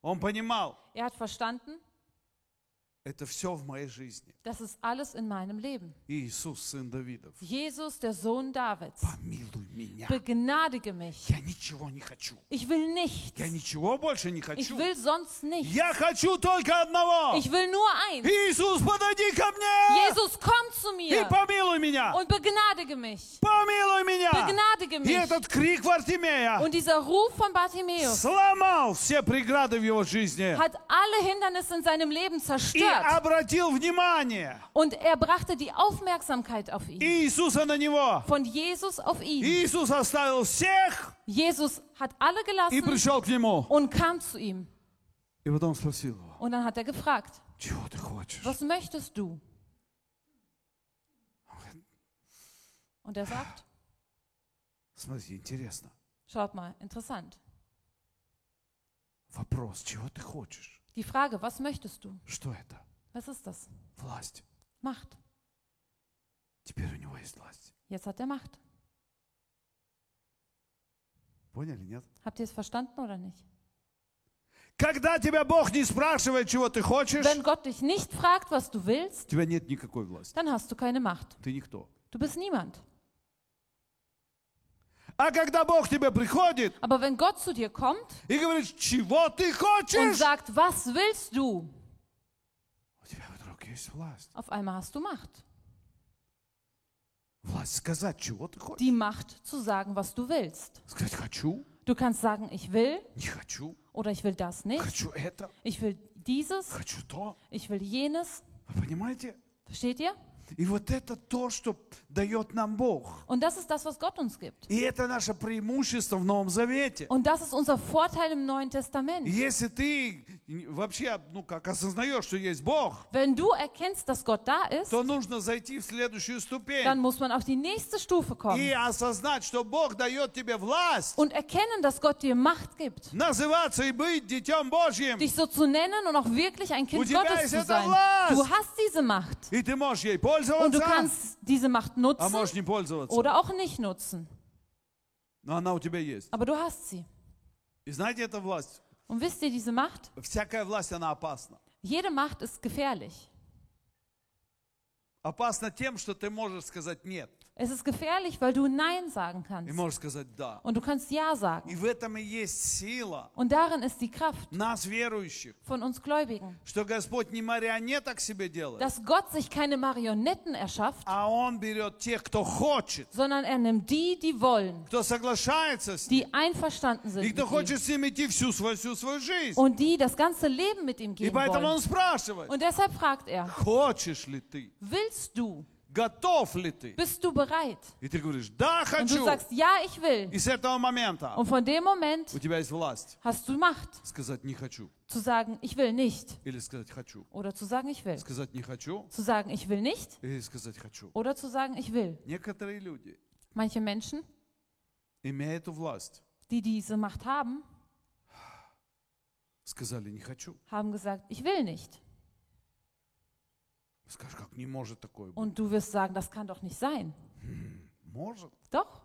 S1: он понимал,
S2: er hat verstanden,
S1: это все в моей жизни.
S2: das ist alles in meinem Leben.
S1: И Иисус, сын Давидов,
S2: Jesus, der Sohn Davids,
S1: помилуй меня.
S2: begnadige mich.
S1: Я ничего не хочу.
S2: Ich will nichts.
S1: Я ничего больше не
S2: Ich
S1: хочу.
S2: will sonst nichts.
S1: Я хочу только одного.
S2: Ich will nur eins.
S1: Иисус, подойди ко мне
S2: Jesus, komm zu
S1: и
S2: mir
S1: помилуй меня.
S2: und begnadige mich.
S1: Помилуй меня.
S2: Begnadige
S1: И
S2: mich.
S1: этот крик Вартимея
S2: Und dieser Ruf von Bartimäus
S1: сломал все преграды в его жизни
S2: hat alle Hindernisse in seinem Leben
S1: и
S2: zerstört.
S1: обратил внимание
S2: Und er brachte die Aufmerksamkeit auf ihn.
S1: Иисуса на него.
S2: Von Jesus auf ihn.
S1: Иисус оставил всех
S2: Jesus hat alle
S1: и
S2: gelassen
S1: пришел к нему.
S2: und kam zu ihm.
S1: И потом спросил его,
S2: Und dann hat er gefragt,
S1: чего ты хочешь?
S2: was möchtest du? Und er sagt,
S1: Смотри, интересно.
S2: schaut mal, interessant.
S1: Вопрос, чего ты хочешь?
S2: Die Frage, was möchtest du?
S1: Что это?
S2: Was ist das?
S1: Власть.
S2: Macht.
S1: Теперь у него есть власть.
S2: Jetzt hat er Macht.
S1: Поняли, нет?
S2: Habt ihr es verstanden oder nicht?
S1: Когда тебя Бог не спрашивает, чего ты хочешь,
S2: Wenn Gott dich nicht fragt, was du willst,
S1: у тебя нет никакой власти.
S2: dann hast du keine Macht.
S1: Ты никто.
S2: Du bist niemand.
S1: А когда Бог тебе приходит
S2: Aber wenn Gott zu dir kommt
S1: и говорит, чего ты
S2: und
S1: хочешь,
S2: sagt, was willst du?
S1: у тебя вдруг есть власть.
S2: Auf einmal hast du Macht.
S1: Власть сказать, чего ты хочешь.
S2: Die Macht zu sagen, was du willst.
S1: Сказать, хочу,
S2: Du kannst sagen, ich will
S1: не хочу,
S2: oder ich will das nicht.
S1: хочу это,
S2: Ich will dieses,
S1: хочу то.
S2: ich will jenes.
S1: Вы понимаете?
S2: Versteht ihr?
S1: И вот это то, что дает нам Бог.
S2: Und das ist das, was Gott uns gibt.
S1: И это наше преимущество в Новом Завете.
S2: Und das ist unser Vorteil im Neuen Testament.
S1: Если ты вообще, ну как, осознаешь, что есть Бог,
S2: Wenn du erkennst, dass Gott da ist,
S1: то нужно зайти в следующую
S2: dann
S1: ступень
S2: muss man auf die nächste Stufe
S1: и
S2: kommen
S1: осознать, что Бог дает тебе власть
S2: und erkennen, dass Gott dir Macht gibt.
S1: называться и быть Детем Божьим.
S2: dich so zu nennen und auch wirklich ein
S1: Und
S2: Kind
S1: die
S2: Gottes
S1: Geist
S2: zu
S1: hat
S2: sein.
S1: Erlass.
S2: Du hast diese Macht
S1: И ты можешь ей
S2: und du
S1: пользоваться,
S2: kannst diese Macht
S1: а
S2: nutzen
S1: можешь не пользоваться.
S2: oder auch nicht nutzen.
S1: Но она у тебя есть.
S2: Aber du hast sie.
S1: И знаете, эта власть,
S2: Und wisst ihr, diese Macht,
S1: всякая власть, она опасна.
S2: jede Macht ist gefährlich.
S1: Опасна тем, что ты можешь сказать «нет»
S2: Es ist gefährlich, weil du Nein sagen
S1: и
S2: kannst
S1: можешь сказать «да».
S2: und du kannst Ja sagen.
S1: И в этом и есть сила
S2: Und darin ist die Kraft
S1: нас, верующих,
S2: von uns Gläubigen,
S1: что Господь не марионеток себе делает,
S2: dass Gott sich keine Marionetten erschafft,
S1: а Он берет тех, кто хочет,
S2: sondern er nimmt die, die wollen,
S1: кто соглашается с ним,
S2: die einverstanden
S1: и
S2: sind
S1: кто
S2: mit ihm
S1: хочет с ним идти всю свою, всю свою жизнь.
S2: und die das ganze Leben mit ihm
S1: И
S2: gehen
S1: поэтому
S2: wollen.
S1: Он спрашивает,
S2: Und deshalb fragt er,
S1: хочешь ли ты,
S2: willst du
S1: готов ли ты?
S2: Bist du bereit?
S1: И ты говоришь, да,
S2: Und du
S1: хочу.
S2: sagst, ja, ich will.
S1: И с этого момента
S2: Und von dem
S1: у
S2: Moment
S1: тебя есть власть
S2: hast du Macht,
S1: сказать не хочу
S2: zu sagen, ich will nicht.
S1: или сказать хочу.
S2: Oder zu sagen, ich will.
S1: Сказать не хочу
S2: Zu sagen, ich will nicht.
S1: или сказать хочу.
S2: Oder zu sagen, ich will.
S1: Некоторые люди
S2: Manche Menschen
S1: имея эту власть,
S2: Die diese Macht haben,
S1: сказали, не хочу.
S2: haben gesagt, ich will nicht.
S1: Скажешь, как не может такое быть?
S2: Und du wirst sagen, das kann doch nicht sein.
S1: Может.
S2: Doch,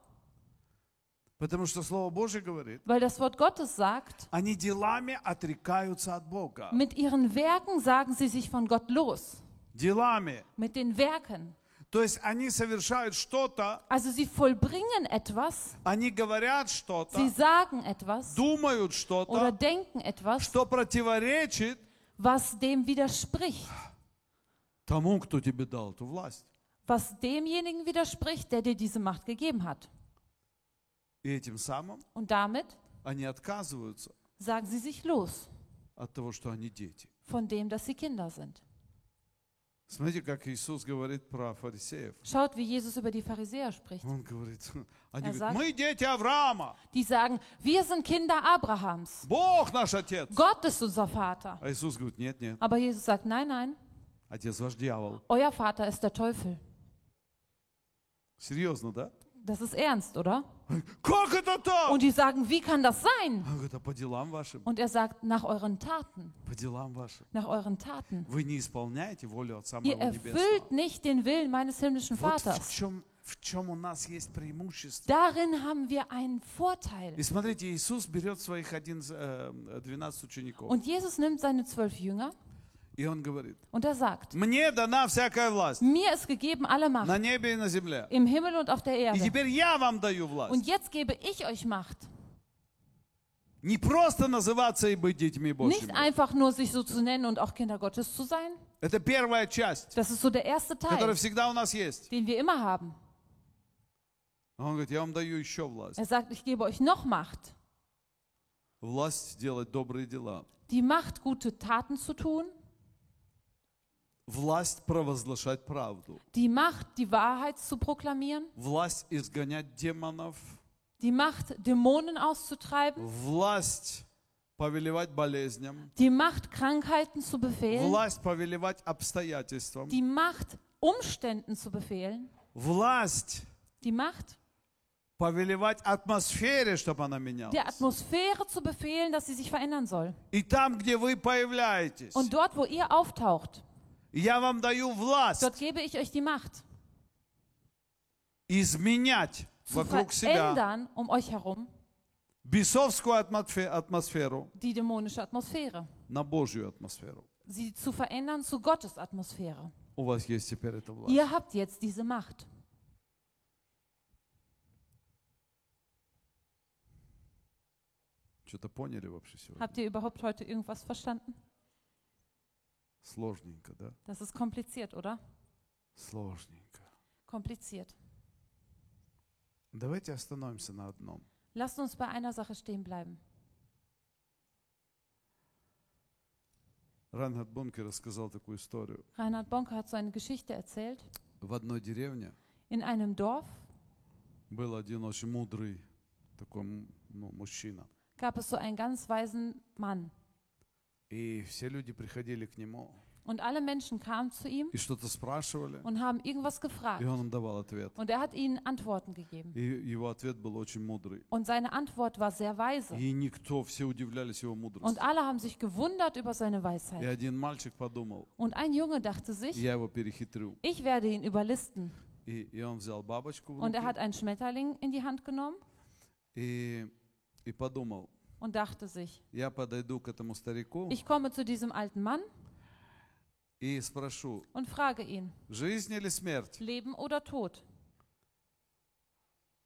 S1: Потому что Слово Божье говорит,
S2: weil das Wort Gottes sagt,
S1: они делами отрекаются от Бога.
S2: mit ihren Werken sagen sie sich von Gott los.
S1: Делами.
S2: Mit den Werken.
S1: То есть они совершают что-то,
S2: Also sie vollbringen etwas,
S1: они говорят
S2: sie
S1: что-то,
S2: sagen etwas
S1: думают
S2: oder
S1: что-то,
S2: denken etwas,
S1: что противоречит
S2: was dem widerspricht.
S1: тому, кто тебе дал эту власть.
S2: was demjenigen widerspricht, der dir diese Macht gegeben hat.
S1: И этим самым
S2: Und damit
S1: они отказываются
S2: sagen sie sich los
S1: от того, что они дети.
S2: von dem, dass sie Kinder sind.
S1: Смотрите, как Иисус говорит про фарисеев.
S2: Schaut, wie Jesus über die Pharisäer spricht.
S1: Он говорит, (laughs) они
S2: Er
S1: говорят,
S2: sagt-
S1: мы дети Авраама,
S2: Die sagen, wir sind Kinder Abrahams.
S1: Бог наш отец.
S2: Gott ist unser Vater.
S1: А Иисус говорит, нет, нет,
S2: Aber Jesus sagt, nein, nein,
S1: отец ваш дьявол.
S2: euer Vater ist der Teufel.
S1: Серьезно, да?
S2: Das ist ernst, oder?
S1: Как это так?
S2: Und die sagen, wie kann das sein?
S1: Он говорит, а по делам вашим,
S2: Und er sagt, nach euren Taten,
S1: по делам вашим.
S2: nach euren Taten.
S1: Вы не исполняете волю Отца
S2: Ihr
S1: Моего Небесного.
S2: erfüllt nicht den Willen meines himmlischen
S1: Вот в
S2: Vaters.
S1: чем, в чем у нас есть преимущество.
S2: Darin haben wir einen Vorteil.
S1: И смотрите, Иисус берет своих 11, э, 12 учеников,
S2: Und Jesus nimmt seine zwölf Jünger
S1: и Он говорит,
S2: und er sagt,
S1: «Мне дана всякая власть
S2: mir ist gegeben alle Macht
S1: на небе и на земле,
S2: im Himmel und auf der
S1: и
S2: Erde.
S1: теперь я вам даю власть».
S2: Und jetzt gebe ich euch Macht.
S1: Не просто называться и быть детьми
S2: Nicht
S1: Божьими.
S2: einfach nur sich so zu nennen und auch Kinder Gottes zu sein.
S1: Это первая часть,
S2: Das ist so der erste
S1: которая
S2: Teil,
S1: всегда у нас есть.
S2: den wir immer haben.
S1: А Он говорит, я вам даю еще власть.
S2: Er sagt, ich gebe euch noch Macht.
S1: Власть делать добрые дела.
S2: Die Macht, gute Taten zu tun.
S1: Власть провозглашать правду.
S2: Die Macht, die Wahrheit zu proklamieren.
S1: Власть изгонять демонов.
S2: Die Macht, Dämonen auszutreiben.
S1: Власть повелевать болезням.
S2: Die Macht, Krankheiten zu befehlen.
S1: Власть повелевать обстоятельствам.
S2: Die Macht, Umständen zu befehlen.
S1: Власть
S2: Die Macht,
S1: повелевать атмосфере, чтобы она
S2: der
S1: менялась.
S2: Atmosphäre zu befehlen, dass sie sich verändern soll.
S1: И там, где вы появляетесь,
S2: Und dort, wo ihr auftaucht,
S1: я вам даю власть
S2: dort gebe ich euch die Macht,
S1: изменять
S2: zu
S1: вокруг себя
S2: verändern um euch herum
S1: бесовскую атмосфе- атмосферу
S2: die dämonische Atmosphäre.
S1: на Божью атмосферу.
S2: Sie zu verändern zu Gottes Atmosphäre.
S1: У вас есть теперь эта власть.
S2: Ihr habt jetzt diese Macht.
S1: Что-то поняли вообще сегодня?
S2: Habt ihr überhaupt heute irgendwas verstanden?
S1: Сложненько, да?
S2: Das ist kompliziert, oder?
S1: Сложненько.
S2: Kompliziert.
S1: Давайте остановимся на одном.
S2: Lasst uns bei einer Sache stehen bleiben.
S1: Ранхат Бункер рассказал такую историю.
S2: Reinhard Bonke hat so eine Geschichte erzählt.
S1: В одной деревне
S2: In einem Dorf
S1: был один очень мудрый такой м, ну, мужчина.
S2: gab es so einen ganz weisen Mann.
S1: И все люди приходили к нему
S2: Und alle Menschen kamen zu ihm
S1: и что-то спрашивали,
S2: und haben irgendwas gefragt.
S1: и он им давал ответ.
S2: Und er hat ihnen Antworten gegeben.
S1: И его ответ был очень мудрый.
S2: Und seine Antwort war sehr weise.
S1: И никто, все удивлялись его мудрости.
S2: Und alle haben sich gewundert über seine
S1: И
S2: Weisheit.
S1: один мальчик подумал,
S2: Und ein Junge dachte sich,
S1: я его перехитрю.
S2: ich werde ihn überlisten.
S1: И, и он взял бабочку в
S2: Und er hat
S1: руки
S2: einen Schmetterling in die Hand genommen
S1: и, и подумал,
S2: und dachte sich,
S1: я подойду к этому старику
S2: ich komme zu diesem alten Mann
S1: и спрошу,
S2: und frage ihn,
S1: жизнь или смерть?
S2: Leben oder Tod?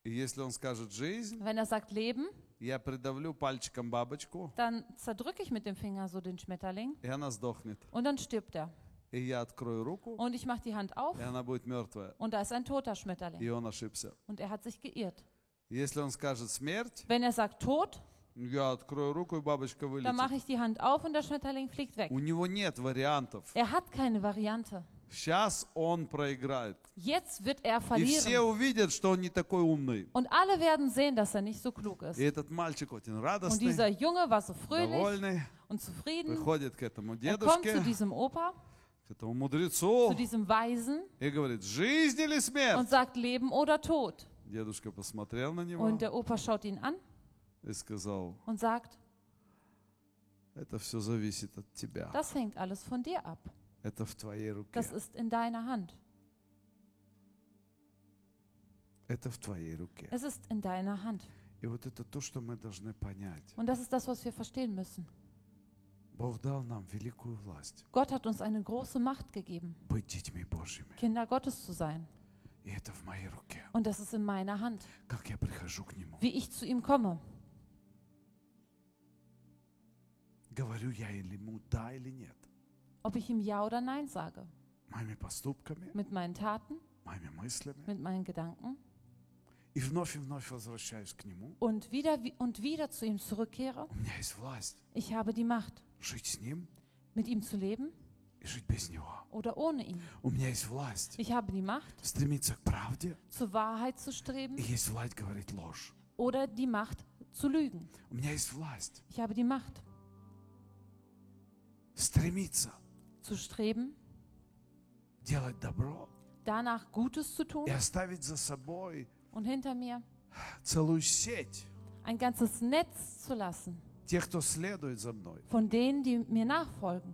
S1: И если он скажет жизнь,
S2: Wenn er sagt Leben,
S1: я придавлю пальчиком бабочку,
S2: dann zerdrücke ich mit dem Finger so den Schmetterling
S1: и она сдохнет.
S2: und dann stirbt er.
S1: И я открою руку,
S2: Und ich mache die Hand auf
S1: и она будет мертвая.
S2: und da ist ein toter
S1: И
S2: Schmetterling.
S1: он ошибся.
S2: Und er hat sich geirrt.
S1: Если он скажет смерть,
S2: Wenn er sagt Tod,
S1: я открою руку, и бабочка
S2: dann mache
S1: вылетит.
S2: ich die Hand auf und der Schmetterling fliegt weg.
S1: У него нет вариантов.
S2: Er hat keine Variante.
S1: Сейчас он проиграет.
S2: Jetzt wird er
S1: И все
S2: verlieren.
S1: увидят, что он не такой умный.
S2: Und alle werden sehen, dass er nicht so klug
S1: И
S2: ist.
S1: этот мальчик очень
S2: Und dieser
S1: радостный,
S2: Junge war so fröhlich
S1: довольный,
S2: und zufrieden.
S1: приходит к этому
S2: Er kommt zu
S1: дедушке,
S2: diesem Opa,
S1: к этому
S2: zu
S1: мудрецу
S2: diesem Weisen
S1: и говорит, жизнь или
S2: und
S1: смерть?
S2: sagt Leben oder Tod.
S1: Дедушка посмотрел на него
S2: Und der Opa schaut ihn an
S1: и сказал,
S2: und sagt,
S1: это все зависит от тебя.
S2: das hängt alles von dir ab.
S1: Это в твоей руке.
S2: Das ist in deiner Hand.
S1: Это в твоей руке.
S2: Es ist in deiner Hand.
S1: И вот это то, что мы должны понять.
S2: Und das ist das, was wir verstehen müssen.
S1: Бог дал нам великую власть
S2: Gott hat uns eine große Macht gegeben,
S1: быть детьми Божьими.
S2: Kinder Gottes zu sein.
S1: И это в моей руке.
S2: Und das ist in meiner Hand,
S1: Как я прихожу к Нему.
S2: wie ich zu ihm komme.
S1: Говорю я или ему да или нет.
S2: Ob ich ihm Ja oder Nein sage.
S1: Моими поступками,
S2: Mit meinen Taten,
S1: моими мыслями.
S2: mit meinen Gedanken.
S1: И вновь и вновь возвращаюсь к Нему.
S2: Und wieder wi- und wieder zu ihm zurückkehre.
S1: У меня есть власть
S2: Ich habe die Macht,
S1: жить с Ним
S2: mit ihm zu leben
S1: и жить без Него.
S2: oder ohne ihn.
S1: У меня есть власть
S2: Ich habe die Macht,
S1: стремиться к правде
S2: zur Wahrheit zu
S1: и
S2: streben
S1: есть власть говорить ложь.
S2: oder die Macht, zu lügen.
S1: У меня есть власть
S2: Ich habe die Macht,
S1: стремиться
S2: zu streben,
S1: делать добро
S2: danach Gutes zu tun
S1: и оставить за собой
S2: und hinter mir
S1: целую сеть
S2: ein ganzes Netz zu lassen
S1: тех, кто следует за мной.
S2: von denen, die mir nachfolgen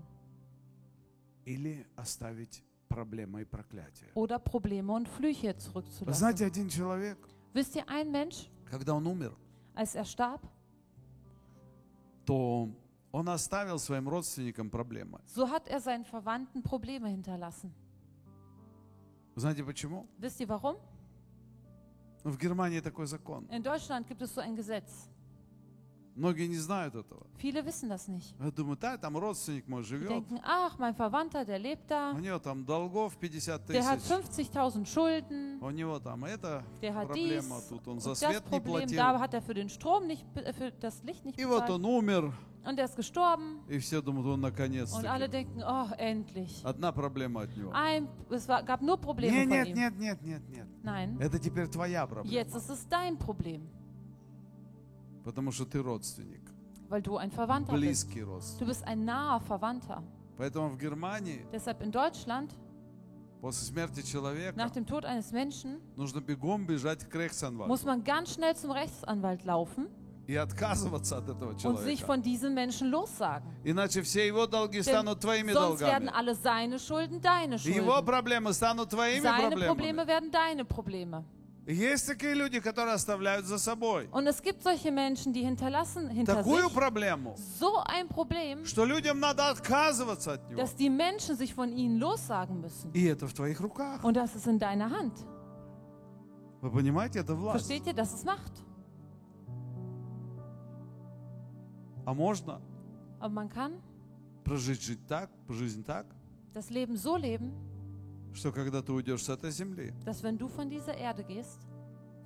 S1: Или оставить проблемы и проклятия.
S2: oder Probleme und Flüche
S1: Вы
S2: zurückzulassen.
S1: знаете, один человек,
S2: Wisst ihr, ein Mensch,
S1: когда он умер,
S2: als er starb,
S1: то он оставил своим родственникам проблемы.
S2: so hat er seinen Verwandten Probleme hinterlassen.
S1: Вы знаете почему?
S2: Wisst ihr warum?
S1: Ну, В Германии такой закон.
S2: In Deutschland gibt es so ein Gesetz.
S1: Многие не знают этого.
S2: Viele wissen das nicht.
S1: Я думаю, да, там родственник мой
S2: Die
S1: живет.
S2: denken, ach, mein Verwandter, der lebt da,
S1: У него там долгов 50
S2: der hat
S1: тысяч.
S2: 50.000 Schulden,
S1: У него там это
S2: der hat dies
S1: проблема тут. Он
S2: und
S1: за
S2: das
S1: свет не
S2: Problem,
S1: платил.
S2: da hat er für den Strom nicht, be- äh, für das Licht nicht
S1: И вот
S2: bezahlt
S1: он умер,
S2: und er ist gestorben
S1: и все думают, он наконец-то.
S2: und alle denken, oh, endlich.
S1: Одна проблема от него.
S2: Ein, es war, gab nur Probleme
S1: Не,
S2: von
S1: нет,
S2: ihm.
S1: нет, нет, нет, нет.
S2: Nein,
S1: Это теперь твоя проблема,
S2: jetzt ist es dein Problem,
S1: потому что ты родственник,
S2: weil du ein Verwandter bist.
S1: близкий родственник.
S2: Du bist ein naher Verwandter.
S1: Поэтому в Германии
S2: Deshalb in Deutschland,
S1: после смерти
S2: nach
S1: человека
S2: dem Tod eines Menschen,
S1: нужно бегом бежать к Рейхсанвальду
S2: muss man ganz schnell zum Rechtsanwalt laufen
S1: и отказываться от этого
S2: und sich
S1: человека.
S2: von diesen Menschen lossagen.
S1: Иначе все его долги
S2: Denn
S1: станут твоими
S2: sonst werden
S1: долгами.
S2: alle seine Schulden deine
S1: И Его
S2: Schulden.
S1: проблемы станут твоими
S2: Seine
S1: проблемами.
S2: Probleme werden deine Probleme.
S1: Есть такие люди, которые оставляют за собой
S2: Und es gibt solche Menschen, die hinterlassen hinter
S1: такую
S2: sich
S1: проблему,
S2: so ein Problem,
S1: что людям надо отказываться от него.
S2: dass die Menschen sich von ihnen lossagen müssen.
S1: И это в твоих руках.
S2: Und das ist in deiner Hand.
S1: Вы понимаете, это власть.
S2: Versteht ihr, das ist Macht.
S1: А можно
S2: Aber man kann
S1: прожить жить так, жизнь так,
S2: das Leben so leben,
S1: что когда ты уйдешь с этой земли,
S2: dass wenn du von dieser Erde gehst,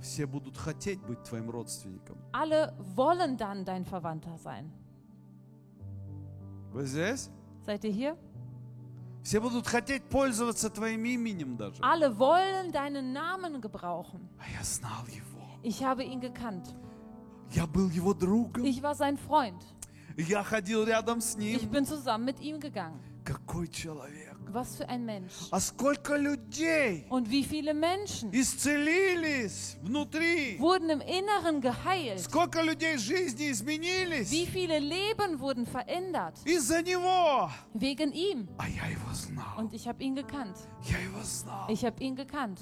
S1: все будут хотеть быть твоим родственником.
S2: alle wollen dann dein Verwandter sein.
S1: Вы здесь?
S2: Seid ihr hier?
S1: Все будут хотеть пользоваться твоим именем даже.
S2: Alle wollen deinen Namen gebrauchen.
S1: А я знал его.
S2: Ich habe ihn gekannt.
S1: Я был его другом.
S2: Ich war sein Freund.
S1: Я ходил рядом с
S2: Ich
S1: ним.
S2: bin zusammen mit ihm gegangen.
S1: Какой человек.
S2: Was für ein Mensch.
S1: А сколько людей
S2: Und wie viele Menschen
S1: исцелились внутри.
S2: wurden im Inneren geheilt?
S1: Сколько людей жизни
S2: Wie
S1: изменились
S2: viele Leben wurden verändert
S1: из-за него.
S2: wegen ihm?
S1: А я его знал.
S2: Und ich habe ihn gekannt.
S1: Я его знал.
S2: Ich habe ihn gekannt.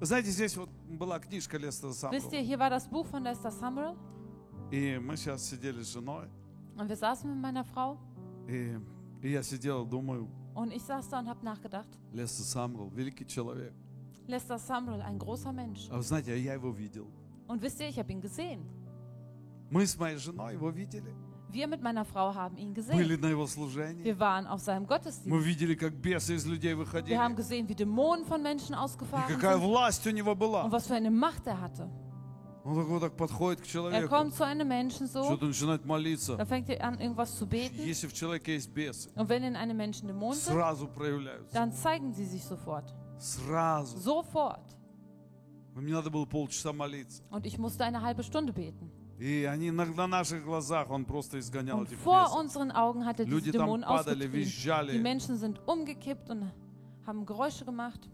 S1: Знаете, здесь вот была книжка Лестера
S2: Wisst
S1: Самбру.
S2: ihr, hier war das Buch von Lester Summerall.
S1: И мы сейчас сидели с женой.
S2: Und wir saßen mit meiner Frau.
S1: И, и я сидел, думаю,
S2: Und ich saß da und habe nachgedacht.
S1: Лестер Самбру, великий человек.
S2: Lester Summerall, ein großer Mensch.
S1: А вы знаете, а я его видел.
S2: Und wisst ihr, ich habe ihn gesehen.
S1: Мы с моей женой его видели.
S2: Wir mit meiner Frau haben ihn gesehen.
S1: Были на его служении.
S2: Wir waren auf seinem Gottesdienst.
S1: Мы видели, как бесы из людей выходили.
S2: Wir haben
S1: И
S2: gesehen, wie Dämonen von Menschen ausgefahren
S1: какая
S2: sind
S1: власть у него
S2: und
S1: была.
S2: was für eine Macht er hatte.
S1: Он так вот так подходит к
S2: Er
S1: человеку.
S2: kommt zu einem Menschen so,
S1: Что-то начинает молиться.
S2: dann fängt er an, irgendwas zu beten.
S1: Если в человеке есть бесы,
S2: Und wenn in einem Menschen Dämonen sind,
S1: сразу проявляются.
S2: dann zeigen sie sich sofort.
S1: Сразу.
S2: Sofort.
S1: Мне надо было полчаса молиться.
S2: Und ich musste eine halbe Stunde beten.
S1: И они на, на наших глазах, он просто изгонял
S2: Und
S1: этих
S2: vor
S1: бесов.
S2: unseren Augen hat er
S1: Люди
S2: diese
S1: там
S2: Dämonen
S1: падали,
S2: ausgetrieben.
S1: визжали.
S2: Die Menschen sind umgekippt und haben Geräusche gemacht.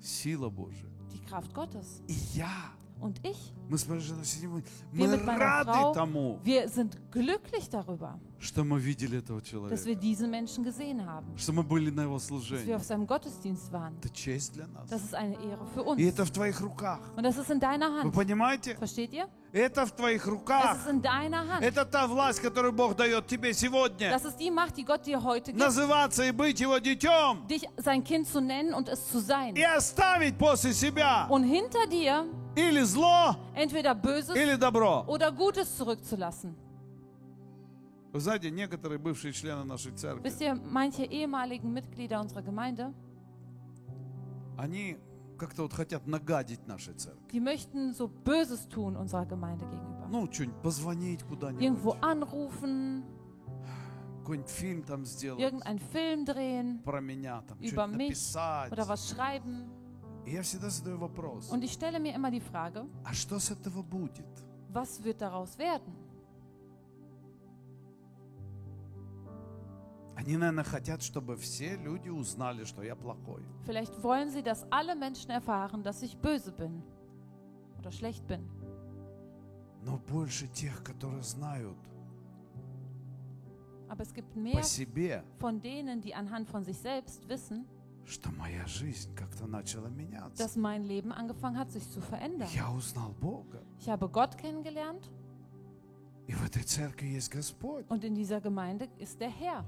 S1: Сила Божия.
S2: die Kraft Gottes.
S1: И я.
S2: Und ich,
S1: Мы с моей женой сидим, мы-
S2: wir
S1: мы
S2: mit meiner
S1: рады
S2: Frau,
S1: тому,
S2: wir sind glücklich darüber,
S1: что мы видели этого
S2: dass
S1: человека,
S2: wir diesen Menschen gesehen haben,
S1: что мы были на его
S2: dass wir
S1: служении.
S2: auf seinem Gottesdienst waren.
S1: Это честь для нас.
S2: Das ist eine Ehre für
S1: И
S2: uns.
S1: это в твоих руках.
S2: Und das ist in deiner
S1: Вы
S2: Hand.
S1: понимаете?
S2: Versteht ihr?
S1: Это в твоих
S2: Das ist
S1: руках.
S2: in deiner Hand.
S1: Это та власть, которую Бог дает тебе сегодня.
S2: Das ist die Macht, die Gott dir heute gibt,
S1: Называться и быть его детем.
S2: dich sein Kind zu nennen und es zu sein.
S1: И оставить после себя
S2: Und hinter dir
S1: или зло,
S2: entweder Böses
S1: или добро.
S2: oder Gutes zurückzulassen.
S1: Вы знаете, некоторые бывшие члены нашей церкви,
S2: Wisst ihr, manche ehemaligen Mitglieder unserer Gemeinde,
S1: они как-то вот хотят нагадить нашей церкви.
S2: die möchten so Böses tun unserer Gemeinde gegenüber.
S1: Ну, что-нибудь, позвонить
S2: Irgendwo
S1: куда-нибудь,
S2: anrufen,
S1: какой-нибудь фильм там сделать
S2: irgendeinen Film drehen
S1: про меня, там,
S2: über
S1: что-нибудь
S2: mich oder
S1: написать.
S2: was schreiben.
S1: И я всегда задаю вопрос,
S2: Und ich stelle mir immer die Frage,
S1: а что с этого будет?
S2: was wird daraus werden?
S1: Они, наверное, хотят, чтобы все люди узнали, что я плохой.
S2: Vielleicht wollen sie, dass alle Menschen erfahren, dass ich böse bin oder schlecht bin.
S1: Но больше тех, которые знают
S2: Aber es gibt mehr
S1: по себе,
S2: von denen, die anhand von sich selbst wissen,
S1: что моя жизнь как-то начала меняться.
S2: dass mein Leben angefangen hat, sich zu verändern.
S1: Я узнал Бога.
S2: Ich habe Gott kennengelernt
S1: И в этой церкви есть Господь.
S2: und in dieser Gemeinde ist der Herr.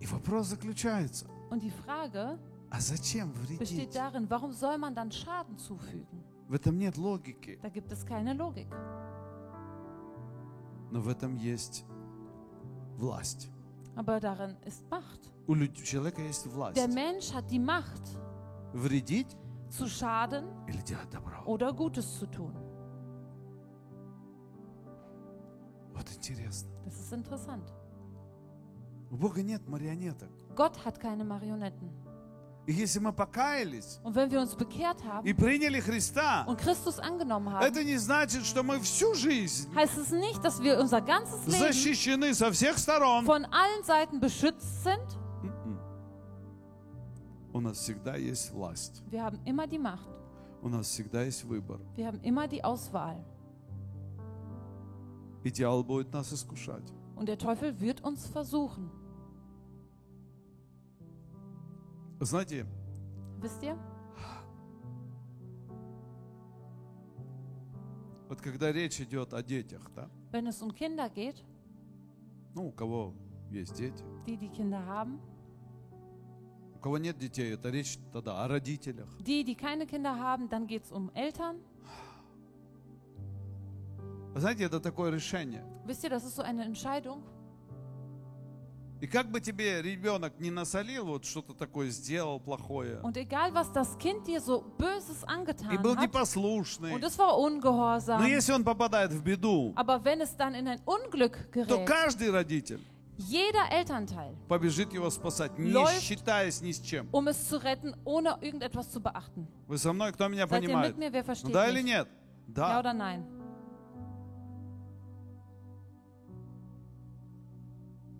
S1: И вопрос заключается,
S2: Und die Frage
S1: а зачем
S2: besteht
S1: вредить?
S2: darin, warum soll man dann Schaden zufügen?
S1: В этом нет логики,
S2: Da gibt es keine Logik.
S1: но в этом есть власть.
S2: Aber darin ist Macht.
S1: У, люд- у человека есть власть.
S2: Der Mensch hat die Macht,
S1: Вредить
S2: zu schaden
S1: или делать добро.
S2: oder Gutes zu tun.
S1: Вот интересно.
S2: Das ist interessant.
S1: У Бога нет марионеток.
S2: Gott hat keine Marionetten.
S1: И если мы покаялись
S2: Und wenn wir uns bekehrt haben
S1: и приняли Христа,
S2: und Christus angenommen haben,
S1: это не значит, что мы всю жизнь
S2: heißt es nicht, dass wir unser ganzes Leben
S1: защищены со всех сторон.
S2: von allen Seiten beschützt sind.
S1: У нас всегда есть власть.
S2: Wir haben immer die Macht.
S1: У нас всегда есть выбор.
S2: Wir haben immer die Auswahl.
S1: И дьявол будет нас искушать.
S2: Und der Teufel wird uns versuchen.
S1: Знаете,
S2: Wisst ihr?
S1: вот когда речь идет о детях, да?
S2: Wenn es um Kinder geht,
S1: Ну, у кого есть дети,
S2: die die Kinder haben,
S1: у кого нет детей, это речь тогда о родителях.
S2: die, die keine Kinder haben, dann geht es um Eltern.
S1: Вы Знаете, это такое решение.
S2: Wisst ihr, das ist so eine Entscheidung.
S1: И как бы тебе ребенок не насолил, вот что-то такое сделал плохое,
S2: Und egal, was das Kind dir so Böses
S1: и
S2: angetan
S1: был
S2: hat,
S1: непослушный,
S2: und es war
S1: но
S2: ungehorsam,
S1: если он попадает в беду,
S2: aber wenn es dann in ein Unglück
S1: то
S2: gerät,
S1: каждый родитель
S2: jeder Elternteil,
S1: побежит его спасать, не
S2: Läuft.
S1: считаясь ни с чем.
S2: um es zu retten, ohne irgendetwas zu beachten.
S1: Вы со мной, кто меня
S2: Seid ihr
S1: понимает?
S2: mit mir? Wer
S1: Ну
S2: versteht
S1: да или
S2: mich?
S1: нет?
S2: Ja
S1: Да.
S2: oder nein?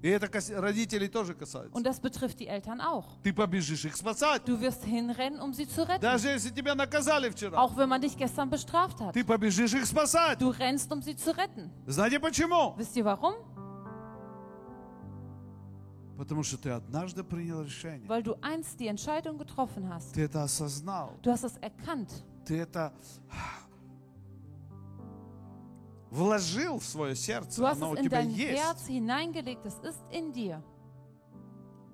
S1: И это кас- родителей тоже
S2: Und
S1: касается.
S2: das betrifft die Eltern auch.
S1: Ты побежишь их спасать.
S2: Du wirst hinrennen, um sie zu retten.
S1: Даже если тебя наказали вчера,
S2: Auch wenn man dich gestern bestraft hat.
S1: ты побежишь их спасать.
S2: Du rennst, um sie zu retten.
S1: Знаете почему?
S2: Wisst ihr warum?
S1: Потому что ты однажды принял решение.
S2: Weil du einst die Entscheidung getroffen hast.
S1: Ты это осознал.
S2: Du hast es erkannt.
S1: Ты это (sighs) вложил в свое
S2: Du
S1: сердце.
S2: hast
S1: Оно у
S2: es in
S1: тебя
S2: dein
S1: есть.
S2: Herz hineingelegt. Es ist in dir.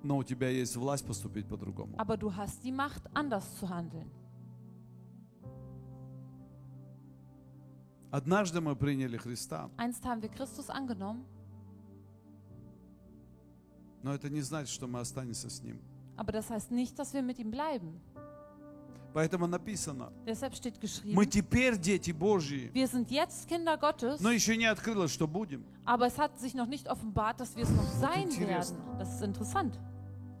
S1: Но у тебя есть власть поступить по-другому.
S2: Aber du hast die Macht, anders zu handeln.
S1: Однажды мы приняли Христа,
S2: Einst haben wir Christus angenommen,
S1: но это не значит, что мы останемся с Ним.
S2: aber das heißt nicht, dass wir mit ihm bleiben.
S1: Поэтому написано,
S2: Deshalb steht
S1: мы
S2: geschrieben,
S1: теперь дети Божьи,
S2: wir sind jetzt Kinder Gottes,
S1: но еще не открылось, что будем.
S2: aber es hat sich noch nicht offenbart, dass wir es noch sein
S1: interessant.
S2: werden. Das ist interessant.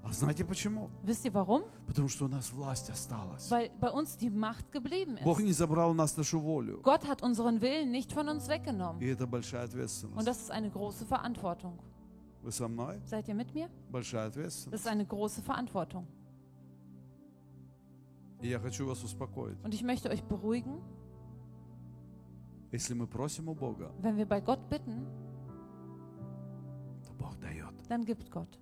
S1: А знаете почему?
S2: Wisst ihr warum?
S1: Потому что у нас власть осталась.
S2: Weil bei uns die Macht geblieben
S1: Бог
S2: ist.
S1: не забрал у нас нашу волю.
S2: Gott hat unseren Willen nicht von uns weggenommen.
S1: И это большая
S2: Und
S1: ответственность.
S2: das ist eine große Verantwortung.
S1: Вы со мной?
S2: Seid ihr mit mir?
S1: Большая
S2: Das
S1: ответственность.
S2: ist eine große Verantwortung.
S1: И я хочу вас успокоить.
S2: Und ich möchte euch beruhigen,
S1: Если мы просим у Бога,
S2: wenn wir bei Gott bitten,
S1: то Бог дает.
S2: dann gibt Gott.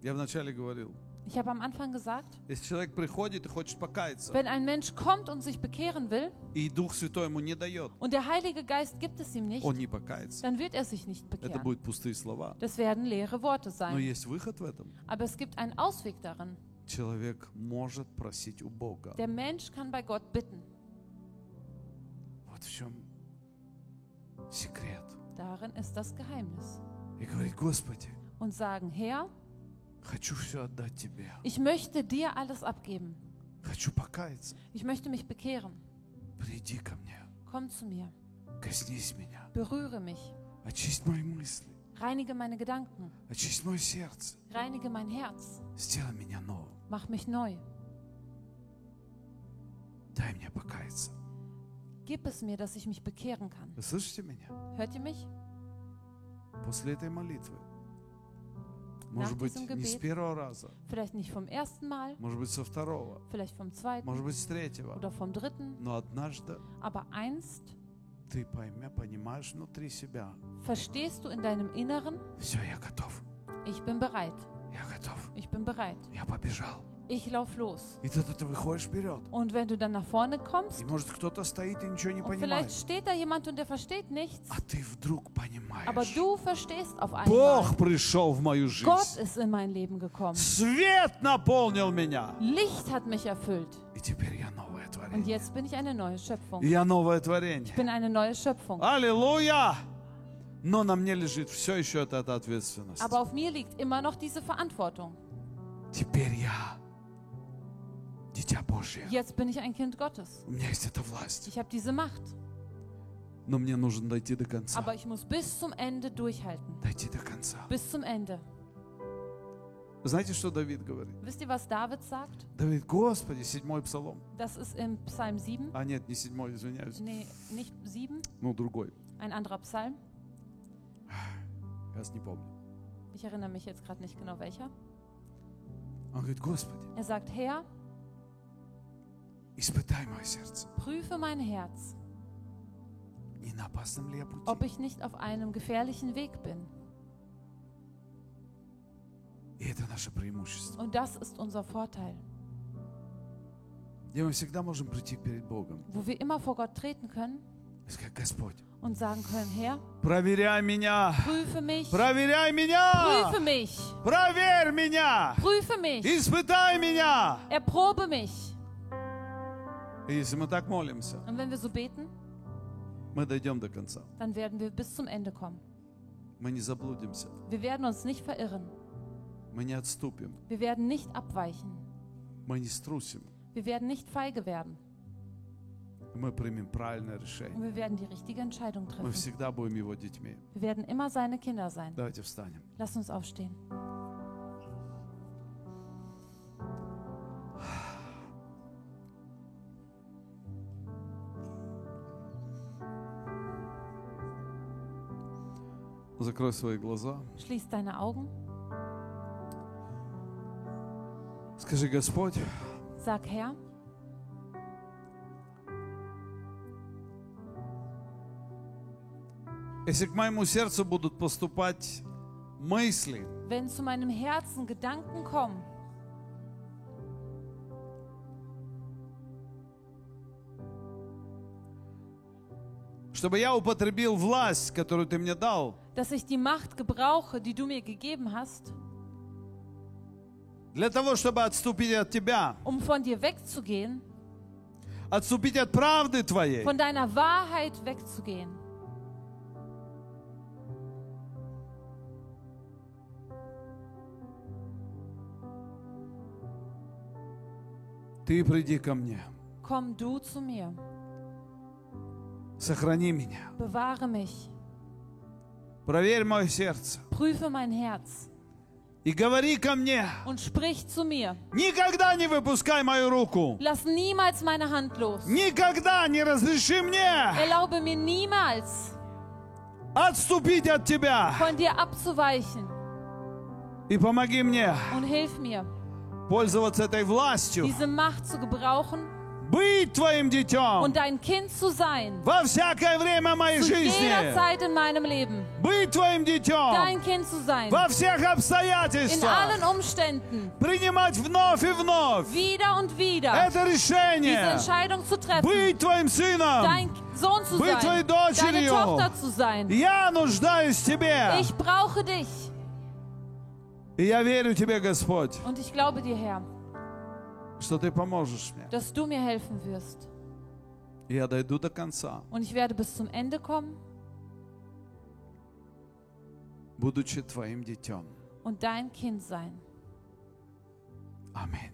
S1: Я вначале говорил,
S2: Ich habe am Anfang gesagt,
S1: если человек приходит и хочет покаяться,
S2: wenn ein Mensch kommt und sich bekehren will
S1: и Дух Святой ему не дает,
S2: und der Heilige Geist gibt es ihm nicht,
S1: он не покается.
S2: dann wird er sich nicht
S1: Это
S2: bekehren.
S1: будут пустые слова.
S2: Das werden leere Worte
S1: Но
S2: sein.
S1: есть выход в этом.
S2: Aber es gibt einen Ausweg darin.
S1: Человек может просить у Бога.
S2: Der Mensch kann bei Gott bitten.
S1: Вот в чем секрет.
S2: Darin ist das Geheimnis.
S1: И говорит, Господи,
S2: Und sagen, Herr,
S1: хочу все отдать Тебе.
S2: ich möchte dir alles abgeben.
S1: Хочу покаяться.
S2: Ich möchte mich bekehren.
S1: Приди ко мне.
S2: Komm zu mir.
S1: Коснись меня.
S2: Berühre mich.
S1: Очисть мои мысли.
S2: Reinige meine Gedanken.
S1: Очисть мое сердце.
S2: Reinige mein Herz.
S1: Сделай меня новым.
S2: Mach mich neu.
S1: Дай мне покаяться.
S2: Gib es mir, dass ich mich bekehren kann.
S1: Вы слышите меня?
S2: Hört ihr mich?
S1: После этой молитвы, может
S2: Nach
S1: быть,
S2: diesem
S1: не с
S2: Gebet.
S1: первого раза,
S2: Vielleicht nicht vom ersten Mal,
S1: может быть, со второго,
S2: vielleicht vom zweiten
S1: может быть, с третьего.
S2: oder vom dritten,
S1: Но однажды
S2: aber einst
S1: ты поймя, понимаешь внутри себя,
S2: verstehst du in deinem Inneren,
S1: все, я готов,
S2: ich bin bereit,
S1: я готов,
S2: ich bin bereit,
S1: я побежал.
S2: ich lauf los.
S1: И тогда ты выходишь вперед.
S2: Und wenn du dann nach vorne
S1: И
S2: kommst,
S1: может кто-то стоит и ничего не
S2: und vielleicht
S1: понимает.
S2: steht da jemand und der versteht nichts,
S1: А ты вдруг
S2: aber
S1: понимаешь.
S2: du verstehst auf einmal,
S1: Бог пришел в мою жизнь.
S2: Gott ist in mein Leben gekommen.
S1: Свет наполнил меня.
S2: Licht hat mich erfüllt
S1: И теперь я новое
S2: und
S1: творение.
S2: jetzt bin ich eine neue Schöpfung.
S1: Я новое
S2: Ich
S1: творение.
S2: bin eine neue Schöpfung.
S1: Аллилуйя! Но на мне лежит все еще эта, эта ответственность.
S2: Aber auf mir liegt immer noch diese Verantwortung.
S1: Теперь я дитя Божье.
S2: Jetzt bin ich ein Kind Gottes.
S1: У меня есть эта власть.
S2: Ich habe diese Macht.
S1: Но мне нужно дойти до конца.
S2: Aber ich muss bis zum Ende durchhalten.
S1: Дойти до конца.
S2: Bis zum Ende.
S1: Знаете, что Давид говорит?
S2: Wisst ihr, was David sagt?
S1: Давид, Господи, седьмой псалом.
S2: Das ist im Psalm 7.
S1: А нет, не седьмой, извиняюсь.
S2: Nee, nicht 7,
S1: Ну, другой.
S2: ein anderer Psalm.
S1: Я не помню.
S2: Ich erinnere mich jetzt gerade nicht genau welcher.
S1: Он говорит, Господи,
S2: Er sagt, Herr,
S1: испытай мое сердце.
S2: prüfe mein Herz,
S1: Не на опасном ли я пути?
S2: ob ich nicht auf einem gefährlichen Weg bin.
S1: И это наше преимущество.
S2: Und das ist unser Vorteil,
S1: Где мы всегда можем прийти перед Богом.
S2: wo wir immer vor Gott treten können
S1: И сказать, Господь,
S2: und sagen können, Herr,
S1: проверяй меня.
S2: prüfe mich,
S1: Проверяй меня!
S2: prüfe mich,
S1: Проверь меня!
S2: prüfe mich,
S1: Испытай меня!
S2: erprobe mich.
S1: И если мы так молимся,
S2: Und wenn wir so beten,
S1: мы дойдем до конца.
S2: dann werden wir bis zum Ende kommen.
S1: Мы не заблудимся,
S2: Wir werden uns nicht verirren.
S1: мы не отступим,
S2: Wir werden nicht abweichen.
S1: мы не струсим.
S2: Wir werden nicht feige werden.
S1: Мы примем правильное
S2: Und
S1: решение.
S2: wir werden die richtige Entscheidung
S1: Мы
S2: treffen.
S1: всегда будем его детьми.
S2: Wir werden immer seine Kinder sein.
S1: Давайте встанем.
S2: Lass uns aufstehen.
S1: Закрой свои глаза.
S2: Schließ deine Augen.
S1: Скажи, Господь,
S2: Sag, Herr,
S1: если к моему сердцу будут поступать мысли,
S2: wenn zu meinem Herzen Gedanken kommen,
S1: чтобы я употребил власть, которую ты мне дал,
S2: dass ich die Macht gebrauche, die du mir gegeben hast,
S1: для того, чтобы отступить от тебя,
S2: um von dir wegzugehen,
S1: отступить от правды твоей,
S2: von deiner Wahrheit wegzugehen.
S1: ты приди ко мне,
S2: Komm du zu mir.
S1: сохрани меня,
S2: Bewahre mich.
S1: проверь мое сердце
S2: Prüfe mein Herz
S1: и говори ко мне,
S2: und sprich zu mir.
S1: Никогда не выпускай мою руку.
S2: Lass niemals meine Hand los.
S1: Никогда не разреши мне
S2: Erlaube mir niemals,
S1: отступить от тебя.
S2: von dir abzuweichen.
S1: И помоги мне
S2: Und hilf mir,
S1: пользоваться этой властью,
S2: diese Macht zu gebrauchen
S1: быть твоим детем
S2: und dein Kind zu sein.
S1: во всякое время моей
S2: Zu
S1: жизни,
S2: jeder Zeit in meinem Leben.
S1: быть твоим детем
S2: Dein Kind zu sein.
S1: во всех
S2: In
S1: обстоятельствах,
S2: allen Umständen.
S1: принимать вновь и вновь
S2: Wieder und wieder.
S1: это
S2: Diese
S1: решение,
S2: Entscheidung zu treffen.
S1: быть твоим сыном.
S2: Dein Sohn zu
S1: Быть
S2: sein.
S1: твоей дочерью.
S2: Deine Tochter zu sein.
S1: Я нуждаюсь в тебе,
S2: Ich brauche dich.
S1: и я верю тебе, Господь,
S2: Und ich glaube dir, Herr,
S1: что ты поможешь мне.
S2: dass du mir helfen wirst.
S1: И Я дойду до конца,
S2: Und ich werde bis zum Ende kommen
S1: будучи твоим детем.
S2: und dein Kind sein.
S1: Аминь.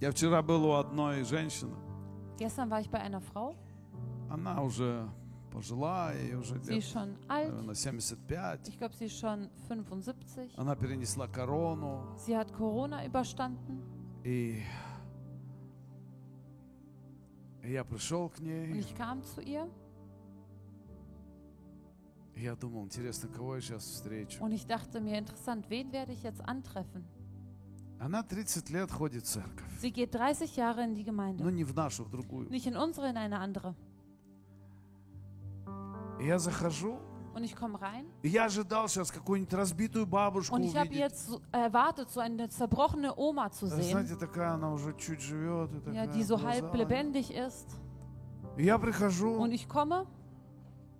S1: Я вчера был у одной женщины.
S2: Gestern war ich bei einer Frau,
S1: Она уже пожилая, ей уже
S2: sie
S1: лет,
S2: ist schon alt.
S1: наверное, 75.
S2: Ich glaube, sie ist schon 75.
S1: Она перенесла корону,
S2: Sie hat Corona überstanden
S1: и, и я пришел к
S2: und
S1: ней.
S2: ich kam zu ihr
S1: И я думал, интересно, кого я сейчас встречу.
S2: und ich dachte mir, interessant, wen werde ich jetzt antreffen?
S1: Она 30 лет ходит в церковь.
S2: Sie geht 30 Jahre in die
S1: Ну,
S2: Gemeinde.
S1: не в нашу, в другую.
S2: Nicht in unsere, in eine andere.
S1: И я захожу,
S2: Und ich komme rein
S1: и я ожидал сейчас какую-нибудь разбитую бабушку
S2: und ich habe
S1: увидеть.
S2: jetzt so- erwartet, so eine zerbrochene Oma zu
S1: Вы
S2: sehen,
S1: Знаете, такая она уже чуть живет. И
S2: ja,
S1: такая
S2: die so
S1: глаза
S2: halb
S1: у неё.
S2: lebendig ist.
S1: И я прихожу
S2: Und ich komme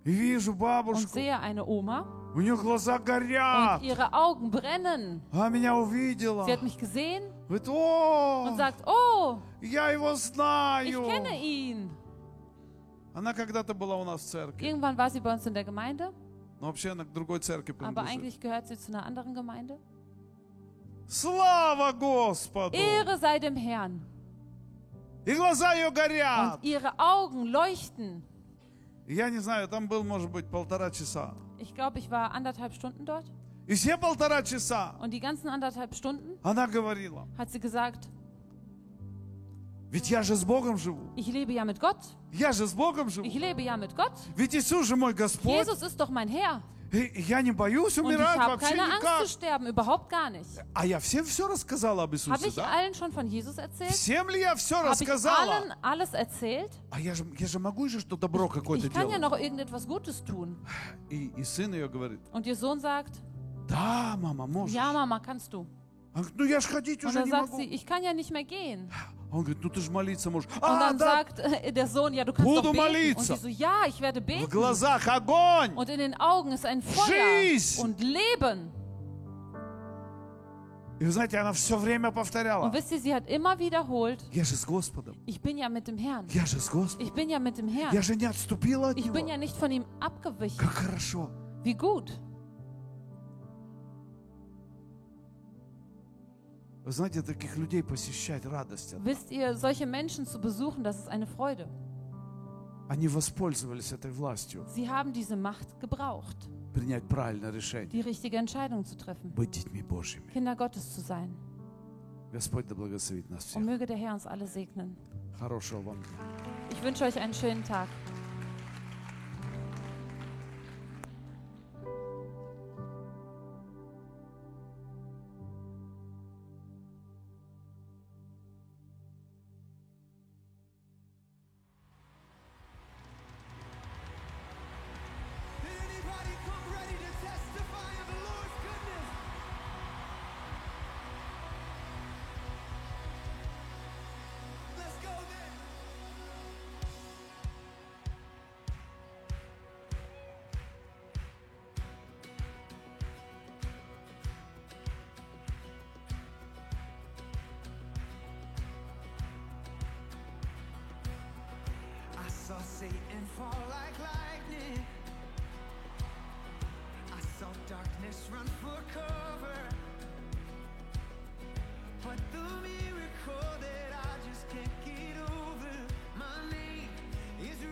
S1: и вижу
S2: und
S1: бабушку.
S2: sehe eine Oma
S1: У нее глаза горят.
S2: und ihre Augen brennen.
S1: Она меня увидела.
S2: Sie hat mich gesehen
S1: Говорит, о,
S2: und sagt, oh,
S1: я его
S2: ich
S1: знаю.
S2: kenne ihn.
S1: Она когда-то была у нас в церкви.
S2: Irgendwann war sie bei uns in der Gemeinde,
S1: Но вообще она к другой церкви
S2: aber
S1: принадлежит.
S2: eigentlich gehört sie zu einer anderen Gemeinde.
S1: Слава Господу!
S2: Ehre sei dem Herrn.
S1: И глаза ее горят.
S2: Und ihre Augen leuchten.
S1: Я не знаю, там был, может быть, полтора часа.
S2: Ich glaube, ich war anderthalb Stunden dort.
S1: И все полтора часа
S2: Und die ganzen anderthalb Stunden
S1: она говорила,
S2: hat sie gesagt,
S1: ведь я же с Богом живу.
S2: ich lebe ja mit Gott.
S1: Я же с Богом
S2: Ich
S1: живу.
S2: lebe ja mit Gott.
S1: Ведь Иисус же мой Господь.
S2: Jesus ist doch mein Herr.
S1: И я не боюсь
S2: Und ich
S1: умирать
S2: habe
S1: вообще
S2: keine Angst
S1: никак.
S2: zu sterben, überhaupt gar nicht.
S1: А я всем все рассказала об
S2: Habe
S1: Иисусе,
S2: ich
S1: да?
S2: allen schon von Jesus erzählt?
S1: Всем ли я все
S2: Habe ich allen
S1: рассказала?
S2: alles erzählt?
S1: А я же, я же могу еще что-то добро какое-то
S2: Ich kann ja
S1: делать.
S2: noch irgendetwas Gutes tun.
S1: И, и сын ее говорит,
S2: Und ihr Sohn sagt,
S1: да, мама, можешь.
S2: ja Mama, kannst du.
S1: Она говорит, ну я же ходить
S2: Und
S1: уже
S2: dann
S1: не
S2: sagt
S1: могу.
S2: sie, ich kann ja nicht mehr gehen.
S1: А Он говорит, ну ты же молиться можешь.
S2: Und
S1: А,
S2: dann
S1: да.
S2: sagt äh, der Sohn, ja, du kannst
S1: Budu
S2: doch beten. Und
S1: Ah, malica.
S2: sie so, ja, ich werde
S1: В
S2: beten.
S1: глазах огонь.
S2: Und in den Augen ist ein Feuer
S1: Schieß!
S2: und Leben.
S1: И вы знаете, она все время
S2: Und
S1: повторяла.
S2: wisst ihr, sie hat immer wiederholt,
S1: Я же с Господом.
S2: ich bin ja mit dem Herrn.
S1: Я же с Господом.
S2: Ich bin ja mit dem
S1: Я
S2: Herrn.
S1: же не отступила от
S2: Ich bin ja
S1: Него.
S2: nicht von ihm abgewichen.
S1: Как хорошо.
S2: Wie gut.
S1: Вы знаете, таких людей посещать радость. от-
S2: Wisst ihr, solche Menschen zu besuchen, das ist eine Freude.
S1: Они воспользовались этой властью.
S2: Sie haben diese Macht gebraucht,
S1: Принять правильное решение.
S2: die richtige Entscheidung zu treffen,
S1: Быть детьми Божьими.
S2: Kinder Gottes zu sein.
S1: Господь да благословит нас всех.
S2: Und möge der Herr uns alle segnen.
S1: Хорошего вам дня.
S2: Ich wünsche euch einen schönen Tag.
S3: Did anybody come ready to testify of the Lord's goodness? Let's go then. I saw Satan fall like lightning. I saw darkness run for cover. But the miracle that I just can't get over, my name is.